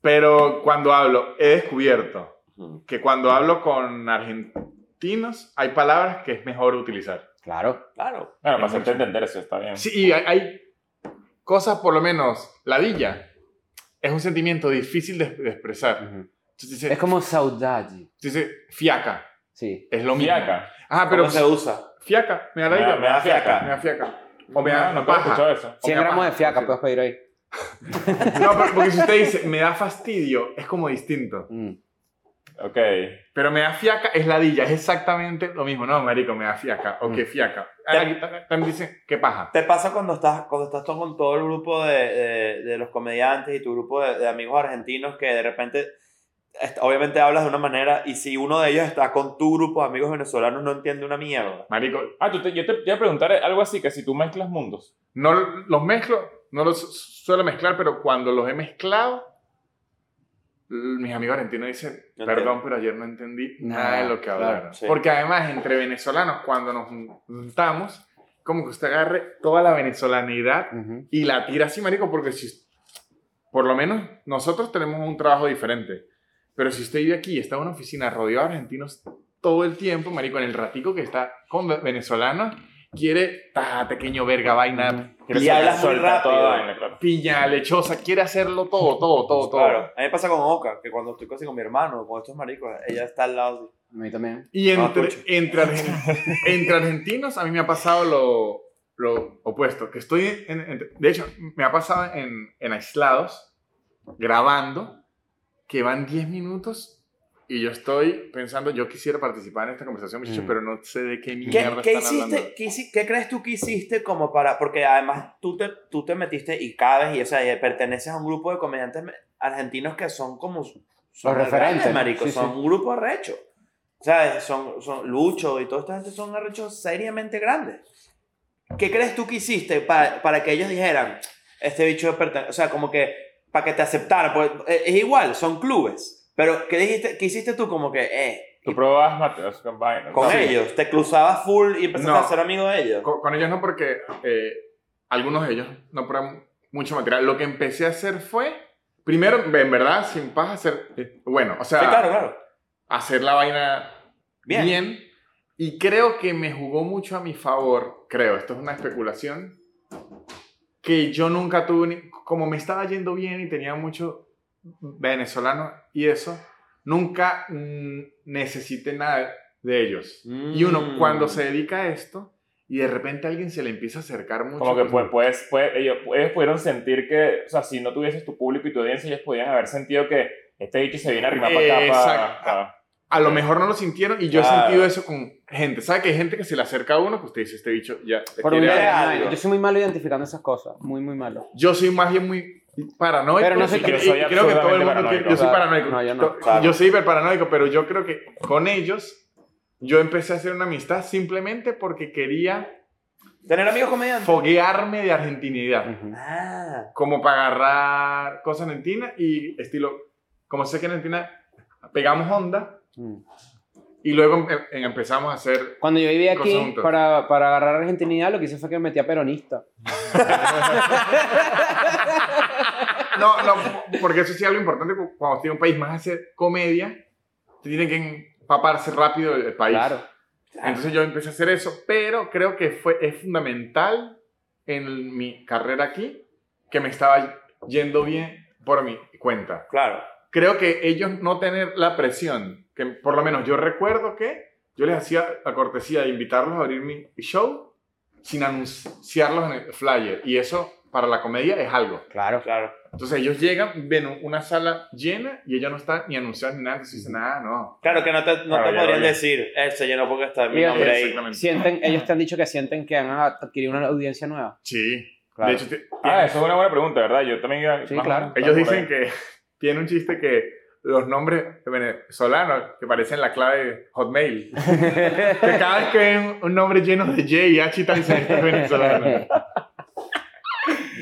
Speaker 2: Pero cuando hablo, he descubierto
Speaker 3: Ujú.
Speaker 2: que cuando hablo con argentinos hay palabras que es mejor utilizar.
Speaker 4: Claro.
Speaker 3: Claro.
Speaker 5: Bueno, para hacerte entender eso está bien.
Speaker 2: Sí, y hay, hay cosas, por lo menos, la villa es un sentimiento difícil de, de expresar.
Speaker 4: Ujú.
Speaker 2: Entonces
Speaker 4: Es
Speaker 2: dice,
Speaker 4: como saudade.
Speaker 2: dice fiaca,
Speaker 4: Sí.
Speaker 2: es lo
Speaker 5: Y
Speaker 2: mismo.
Speaker 5: acá.
Speaker 2: Ajá,
Speaker 3: Pero
Speaker 2: Ah, pero pues,
Speaker 3: se usa.
Speaker 2: fiaca, me da la
Speaker 5: Me da-
Speaker 2: idea.
Speaker 5: me da fiaca.
Speaker 2: Me da fiaca. O me
Speaker 5: No,
Speaker 2: da
Speaker 5: no puedo
Speaker 2: paja.
Speaker 5: escuchar eso.
Speaker 4: 100
Speaker 2: me
Speaker 4: gramos
Speaker 2: apaga,
Speaker 4: de fiaca
Speaker 2: sí.
Speaker 4: puedes pedir ahí.
Speaker 2: No, pero- porque si usted dice me da fastidio, es como distinto.
Speaker 4: Mm.
Speaker 5: Ok.
Speaker 2: Pero me da fiaca es ladilla, es exactamente lo mismo. No, marico, me da fiaca. O qué fiaca. Ah, aquí ta- También dice, qué paja.
Speaker 3: ¿Te pasa cuando estás, cuando estás todo con todo el grupo de, de- de los comediantes y tu grupo de, de amigos argentinos que de repente, est- obviamente hablas de una manera y si uno de ellos está con tu grupo de amigos venezolanos no entiende una mierda?
Speaker 2: Marico,
Speaker 5: Ah, tú te- yo te, te iba a preguntar algo así, que si tú mezclas mundos.
Speaker 2: no los mezclo, no los su- suelo mezclar, pero cuando los he mezclado, l- mis amigos argentinos dicen,
Speaker 3: No
Speaker 2: perdón,
Speaker 3: entiendo".
Speaker 2: pero ayer no entendí
Speaker 4: Nada,
Speaker 2: nada de lo que
Speaker 4: claro,
Speaker 2: hablaron.
Speaker 3: sí.
Speaker 2: Porque además, entre venezolanos, cuando nos juntamos, como que usted agarre toda la venezolanidad
Speaker 4: Ujú.
Speaker 2: y la tira así, marico, porque si, por lo menos nosotros tenemos un trabajo diferente. Pero si usted vive aquí y está en una oficina rodeada de argentinos todo el tiempo, marico, en el ratico que está con ve- venezolanos, quiere, ta, pequeño verga, vaina,
Speaker 5: Quieres
Speaker 3: Y hablas muy
Speaker 5: soltar toda
Speaker 3: rápido.
Speaker 5: la vaina, claro.
Speaker 2: piña, lechosa, quiere hacerlo todo, todo, todo, todo.
Speaker 3: Claro. A mí me pasa con Oka, que cuando estoy casi con mi hermano, con estos maricos, ella está al lado.
Speaker 4: A mí también.
Speaker 2: Y
Speaker 3: Ah,
Speaker 2: entre,
Speaker 3: coche.
Speaker 2: entre, argen- entre argentinos a mí me ha pasado lo, lo opuesto, que estoy, en- en- de hecho, me ha pasado en, en aislados, grabando, que van 10 minutos y yo estoy pensando, yo quisiera participar en esta conversación, muchachos,
Speaker 4: Mm.
Speaker 2: pero no sé de qué
Speaker 3: ¿Qué,
Speaker 2: mierda
Speaker 3: qué
Speaker 2: están hablando.
Speaker 3: hiciste, qué, hici- qué crees tú que hiciste como para.? Porque además tú te, tú te metiste y cabes y, o sea, y perteneces a un grupo de comediantes me- argentinos que son como. Son
Speaker 4: Los referentes, ¿no?
Speaker 3: marico,
Speaker 4: Sí,
Speaker 3: son
Speaker 4: sí.
Speaker 3: un grupo arrecho. ¿Sabes? Son, son Lucho y toda esta gente son arrechos seriamente grandes. ¿Qué crees tú que hiciste para, para que ellos dijeran, este bicho pertenece. O sea, como que. Para que te aceptaran. Pues, eh, es igual, son clubes. Pero ¿qué, dijiste, qué hiciste tú como que, eh.
Speaker 5: Tú probabas Mateos con vainas.
Speaker 3: Con
Speaker 5: Sí.
Speaker 3: ellos, te cruzabas full y empezaste
Speaker 2: No.
Speaker 3: a ser amigo de ellos.
Speaker 2: Con, con ellos no, porque eh, algunos de ellos no prueban mucho material. Lo que empecé a hacer fue, primero, en verdad, sin paja, hacer, eh, bueno, o sea,
Speaker 3: Sí, claro, claro.
Speaker 2: hacer la vaina
Speaker 3: Bien.
Speaker 2: bien. Y creo que me jugó mucho a mi favor, creo, esto es una especulación, que yo nunca tuve, ni- como me estaba yendo bien y tenía mucho venezolano y eso, nunca mm, necesité nada de ellos. Y uno,
Speaker 3: Mm.
Speaker 2: cuando se dedica a esto y de repente alguien se le empieza a acercar mucho.
Speaker 5: Como que
Speaker 2: pues,
Speaker 5: pues, pues, pues, ellos, ellos pudieron sentir que, o sea, si no tuvieses tu público y tu audiencia, ellos podían haber sentido que este bicho se viene a arrimar para acá.
Speaker 2: Exacto.
Speaker 5: Para, para-
Speaker 2: A lo mejor no lo sintieron y yo he
Speaker 5: Claro.
Speaker 2: sentido eso con gente. ¿Sabe que hay gente que se le acerca a uno que usted dice, este bicho ya... te
Speaker 4: Por un
Speaker 2: quiere
Speaker 3: mira,
Speaker 4: lado,
Speaker 2: algo"?
Speaker 3: algo.
Speaker 4: no, yo soy muy malo identificando esas cosas. Muy, muy malo.
Speaker 2: Yo soy más bien muy paranoico.
Speaker 4: Pero no
Speaker 2: y
Speaker 4: soy-
Speaker 2: creo-
Speaker 5: yo soy
Speaker 2: y creo que todo el mundo
Speaker 5: absolutamente
Speaker 2: quiere- Yo soy paranoico.
Speaker 4: paranoico. No, yo no.
Speaker 2: To-
Speaker 3: Claro.
Speaker 2: Yo soy hiper paranoico, pero yo creo que con ellos yo empecé a hacer una amistad simplemente porque quería
Speaker 3: Tener amigos comediantes.
Speaker 2: foguearme de argentinidad.
Speaker 4: Ujú.
Speaker 3: Ah.
Speaker 2: como para agarrar cosas argentinas y estilo, como sé que en Argentina pegamos onda
Speaker 4: Mm.
Speaker 2: y luego em- em- empezamos a hacer...
Speaker 4: Cuando yo vivía
Speaker 2: Cosas
Speaker 4: aquí,
Speaker 2: juntas.
Speaker 4: para, para agarrar argentinidad, lo que hice fue que me metí a peronista.
Speaker 2: No, no, porque eso sí es algo importante cu- cuando tiene un país más hacer comedia, te tienen que empaparse rápido el país.
Speaker 4: Claro.
Speaker 2: Entonces yo empecé a hacer eso, pero creo que fue, es fundamental en mi carrera aquí que me estaba yendo bien por mi cuenta.
Speaker 3: Claro.
Speaker 2: creo que ellos no tener la presión, que por lo menos yo recuerdo que yo les hacía la cortesía de invitarlos a abrir mi show sin anunciarlos en el flyer. Y eso para la comedia es algo.
Speaker 4: Claro.
Speaker 3: Claro.
Speaker 2: Entonces ellos llegan, ven un- una sala llena y ellos no están ni anunciados ni nada, no se dice nada, no.
Speaker 3: Claro que no te, no
Speaker 5: Claro,
Speaker 3: te
Speaker 5: ya,
Speaker 3: podrían
Speaker 5: ya.
Speaker 3: decir, eh, se llenó porque está mi
Speaker 4: Mira,
Speaker 3: nombre ahí.
Speaker 2: Exactamente.
Speaker 4: Sienten, ellos te han dicho que sienten que han adquirido una audiencia nueva.
Speaker 2: Sí.
Speaker 4: Claro.
Speaker 2: De hecho, ti-
Speaker 5: Ah, eso es una buena pregunta, ¿verdad? Yo también iba.
Speaker 4: Sí,
Speaker 5: más o
Speaker 4: claro.
Speaker 5: menos
Speaker 2: ellos
Speaker 5: por ahí.
Speaker 2: dicen que tiene un chiste que los nombres venezolanos que parecen la clave de Hotmail. Que cada vez que ven un nombre lleno de J y H y tal, dicen, "Este es venezolano.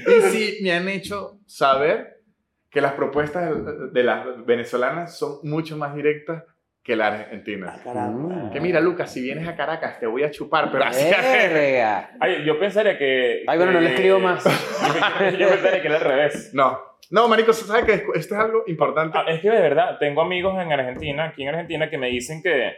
Speaker 2: Y sí, me han hecho saber que las propuestas de las venezolanas son mucho más directas que las
Speaker 3: Ah,
Speaker 2: argentinas.
Speaker 3: caramba.
Speaker 2: Que mira, Lucas, si vienes a Caracas te voy a chupar, pero así.
Speaker 4: Verga.
Speaker 5: Ay, yo pensaría que.
Speaker 4: Ay, bueno, no le
Speaker 5: que-
Speaker 2: Eh.
Speaker 4: escribo más.
Speaker 5: yo, yo pensaría que era al revés.
Speaker 2: No, no, marico, ¿sabes que esto es algo importante?
Speaker 5: Ah, es que de verdad, tengo amigos en Argentina, aquí en Argentina, que me dicen que,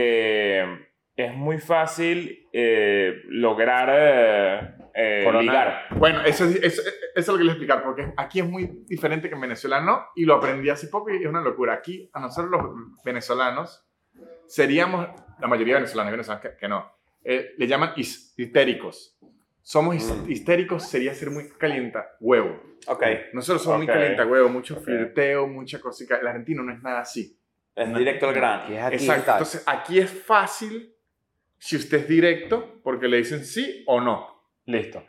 Speaker 5: que es muy fácil eh, lograr eh, eh,
Speaker 4: Coronar.
Speaker 5: ligar.
Speaker 2: Bueno, eso es, eso- eso es lo que les explicar, porque aquí es muy diferente que en Venezuela no, y lo aprendí hace poco y es una locura. Aquí, a nosotros los venezolanos, seríamos, la mayoría de venezolanos, hay venezolanos que, que no, eh, le llaman his- histéricos. Somos his-
Speaker 3: Mm.
Speaker 2: histéricos, sería ser muy calienta huevo.
Speaker 3: Ok.
Speaker 2: Nosotros somos
Speaker 5: Ok.
Speaker 2: muy calienta huevo, mucho
Speaker 5: Ok.
Speaker 2: flirteo, mucha cosica. El argentino no es nada así.
Speaker 3: Es directo al grano.
Speaker 4: Y es aquí,
Speaker 2: Exacto.
Speaker 4: tal.
Speaker 2: Entonces, aquí es fácil si usted es directo, porque le dicen sí o no.
Speaker 5: Listo.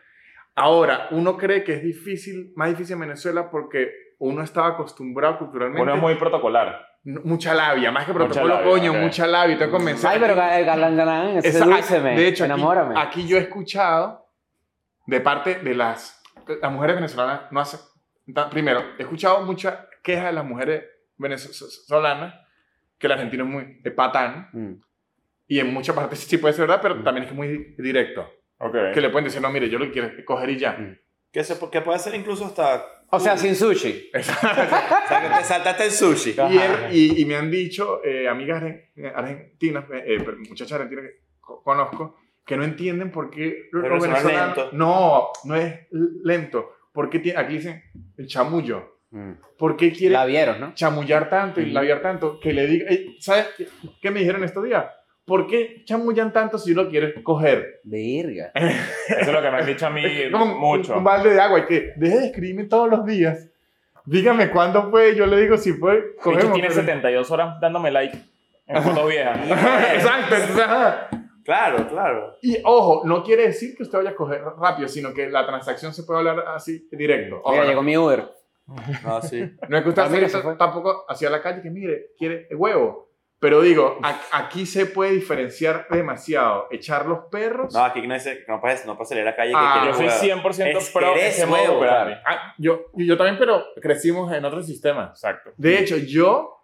Speaker 2: Ahora, uno cree que es difícil, más difícil en Venezuela porque uno estaba acostumbrado culturalmente.
Speaker 5: Uno es muy protocolar.
Speaker 2: N- Mucha labia, más que
Speaker 5: Mucha
Speaker 2: protocolo,
Speaker 5: labia,
Speaker 2: coño,
Speaker 5: ok. Mm.
Speaker 2: mucha labia, y tengo que convencer.
Speaker 4: Ay, pero ga- el galán, galán, ese
Speaker 2: Esa- ah,
Speaker 4: sedúceme,
Speaker 2: de hecho, aquí- ah,
Speaker 4: enamórame.
Speaker 2: Aquí, yo he escuchado de parte de las, las mujeres venezolanas, no hace, ta- primero, he escuchado muchas quejas de las mujeres venezolanas que el argentino es muy eh, patán,
Speaker 4: Mm.
Speaker 2: y en muchas partes sí puede ser verdad,
Speaker 5: Mm.
Speaker 2: pero también es que es muy directo.
Speaker 5: Ok.
Speaker 2: Que le pueden decir, no, mire, yo lo que quiero es coger y ya.
Speaker 3: Que, se, que puede ser incluso hasta.
Speaker 4: O sea, sin sushi.
Speaker 3: O sea, que te saltaste el sushi.
Speaker 2: Y, él- y- y me han dicho eh, amigas argen- argentinas, eh, eh, pero muchachas argentinas que co- conozco, que no entienden por qué los
Speaker 3: Pero eso no es
Speaker 2: venezolanos-
Speaker 3: lento.
Speaker 2: No, no es lento. Porque ti- aquí dicen el chamullo.
Speaker 4: Mm.
Speaker 2: ¿Por qué quiere
Speaker 4: Labieros, ¿no?
Speaker 2: chamullar tanto y
Speaker 4: Ujú.
Speaker 2: labiar tanto que le diga, "Ey, ¿sabes qué, qué me dijeron estos días? ¿Por qué chamullan tanto si uno quiere coger?
Speaker 4: Verga.
Speaker 5: Eso es lo que me han dicho a mí
Speaker 2: Como un-
Speaker 5: mucho.
Speaker 2: Un, balde de agua y que deje de escribirme todos los días. Dígame cuándo fue, yo le digo si fue,
Speaker 5: Bicho
Speaker 2: cogemos.
Speaker 5: tiene
Speaker 2: pero-
Speaker 5: 72 horas dándome like en fotos viejas.
Speaker 2: Exacto, entonces, ajá.
Speaker 3: Claro, claro.
Speaker 2: Y ojo, no quiere decir que usted vaya a coger rápido, sino que la transacción se puede hablar así directo. Ojo,
Speaker 4: Mira,
Speaker 2: no.
Speaker 4: llegó mi Uber.
Speaker 3: No, sí.
Speaker 2: No es que usted
Speaker 4: Ah,
Speaker 2: hace
Speaker 4: mira,
Speaker 2: eso
Speaker 4: se fue.
Speaker 2: tampoco hacia la calle que mire, quiere huevo. Pero digo, a- aquí se puede diferenciar demasiado. Echar los perros.
Speaker 4: Ah.
Speaker 3: No, aquí no, dice- no puedes no puedes salir a la calle.
Speaker 2: Ah,
Speaker 3: que
Speaker 5: Yo
Speaker 3: quieres
Speaker 5: soy
Speaker 3: jugar.
Speaker 5: 100%
Speaker 3: Es que
Speaker 5: pro
Speaker 3: eres
Speaker 5: ese modo
Speaker 3: huevo,
Speaker 5: operandi.
Speaker 2: Ah, yo, yo también, pero crecimos en otro sistema.
Speaker 5: Exacto.
Speaker 2: De hecho, yo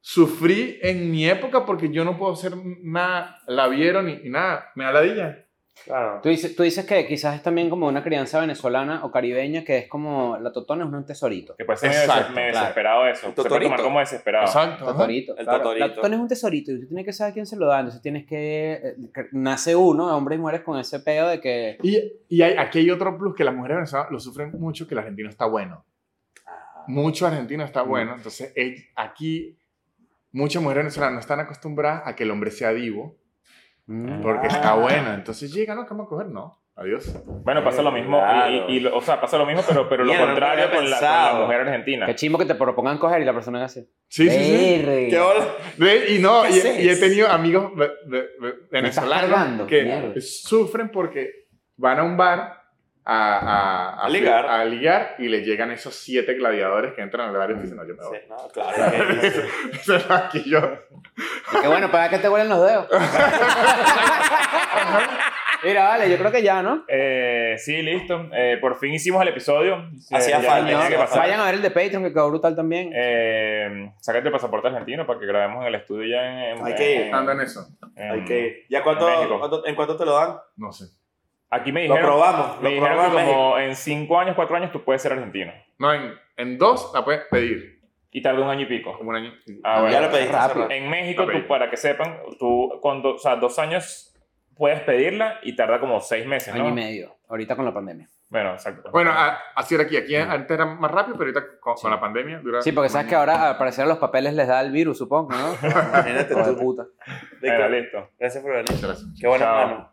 Speaker 2: sufrí en mi época porque yo no puedo hacer nada, la vieron y, y nada, me da ladilla.
Speaker 3: Claro.
Speaker 4: Tú dices, tú dices que quizás es también como una crianza venezolana o caribeña que es como la totona es un tesorito.
Speaker 5: Que puede ser medio
Speaker 2: Exacto,
Speaker 5: des- medio
Speaker 4: claro.
Speaker 5: desesperado eso. Se puede
Speaker 3: Totorito.
Speaker 5: tomar como
Speaker 4: Ah,
Speaker 5: desesperado.
Speaker 2: Exacto. ajá.
Speaker 4: Totorito.
Speaker 3: El
Speaker 4: claro.
Speaker 3: totorito.
Speaker 4: La totona es un tesorito y tú tienes que saber quién se lo da. Entonces tienes que. eh, que- Nace uno, hombres y mujeres, con ese pedo de que.
Speaker 2: Y, y hay- aquí hay otro plus que las mujeres venezolanas lo sufren mucho, que el argentino está bueno.
Speaker 3: Ah.
Speaker 2: Mucho argentino está bueno. Entonces, el- aquí muchas mujeres venezolanas no están acostumbradas a que el hombre sea divo
Speaker 4: mm,
Speaker 2: porque
Speaker 3: Ah.
Speaker 2: está bueno. Entonces llega, no, ¿qué vamos a coger? No, adiós.
Speaker 5: Bueno, pasa lo mismo. y-
Speaker 3: Claro.
Speaker 5: Y, y lo- o sea, pasa lo mismo, pero, pero
Speaker 3: Mierda,
Speaker 5: lo
Speaker 3: no me
Speaker 5: contrario
Speaker 3: había
Speaker 5: con la, con la
Speaker 3: pensado.
Speaker 5: mujer argentina.
Speaker 4: Qué chimbo que te propongan coger y la persona haga así.
Speaker 2: Sí, sí, sí.
Speaker 4: Verga.
Speaker 3: ¿Qué bola?
Speaker 2: Ve, Y no,
Speaker 3: Eh. ¿Qué
Speaker 2: y,
Speaker 3: haces?
Speaker 2: y he tenido amigos ve- ve- ve- venezolanos
Speaker 4: cargando,
Speaker 2: que
Speaker 4: mierda.
Speaker 2: sufren porque van a un bar a, a,
Speaker 3: A ligar.
Speaker 2: a ligar y le llegan esos siete gladiadores que entran al bar y te dicen, no, yo me voy.
Speaker 3: Sí, no, claro. que-
Speaker 2: Eso es aquí yo.
Speaker 4: Y que bueno, para que te huelen los dedos. Mira, vale, yo creo que ya, ¿no?
Speaker 5: Eh, sí, listo. Eh, por fin hicimos el episodio. Eh,
Speaker 3: Hacía
Speaker 5: ya
Speaker 3: falta,
Speaker 5: tenía
Speaker 3: hacía
Speaker 5: que pasar.
Speaker 4: Vayan a ver el de Patreon que quedó brutal también.
Speaker 5: Eh, sácate el pasaporte argentino para que grabemos en el estudio ya en. en-
Speaker 3: Hay que ir.
Speaker 5: en-
Speaker 2: Ando en eso.
Speaker 5: en-
Speaker 3: Hay que ir. ¿Ya cuánto,
Speaker 5: México.
Speaker 3: cuánto- en cuánto te lo dan?
Speaker 2: No sé.
Speaker 5: Aquí me
Speaker 3: Lo
Speaker 5: dijeron.
Speaker 3: probamos.
Speaker 5: me
Speaker 3: Lo
Speaker 5: dijeron
Speaker 3: probamos
Speaker 5: que
Speaker 3: en México.
Speaker 5: como en 5 años, 4 años tú puedes ser argentino.
Speaker 2: No, en, en dos la puedes pedir.
Speaker 5: Y tarda un año y pico.
Speaker 2: Como un año.
Speaker 5: Ah, bueno.
Speaker 3: Ya lo pediste.
Speaker 4: Rápido.
Speaker 3: hace rato.
Speaker 5: En México,
Speaker 2: La
Speaker 5: tú,
Speaker 2: pedí.
Speaker 5: para que sepan, tú con do- o sea, dos años puedes pedirla y tarda como seis meses, ¿no?
Speaker 4: Año y medio, ahorita con la pandemia.
Speaker 5: Bueno, exacto.
Speaker 2: Bueno,
Speaker 3: ah,
Speaker 2: a- así era aquí. Aquí antes era más rápido, pero ahorita con, con la pandemia dura.
Speaker 4: Mm. Sí, porque sabes que ahora ah, al parecer a los papeles les da el virus, supongo, ¿no?
Speaker 3: Imagínate
Speaker 4: Hijo de
Speaker 3: tú.
Speaker 4: puta.
Speaker 5: Era
Speaker 3: Víctor,
Speaker 5: listo.
Speaker 3: Gracias por venir.
Speaker 2: Muchas gracias.
Speaker 3: Qué buena
Speaker 5: Chao.
Speaker 3: mano.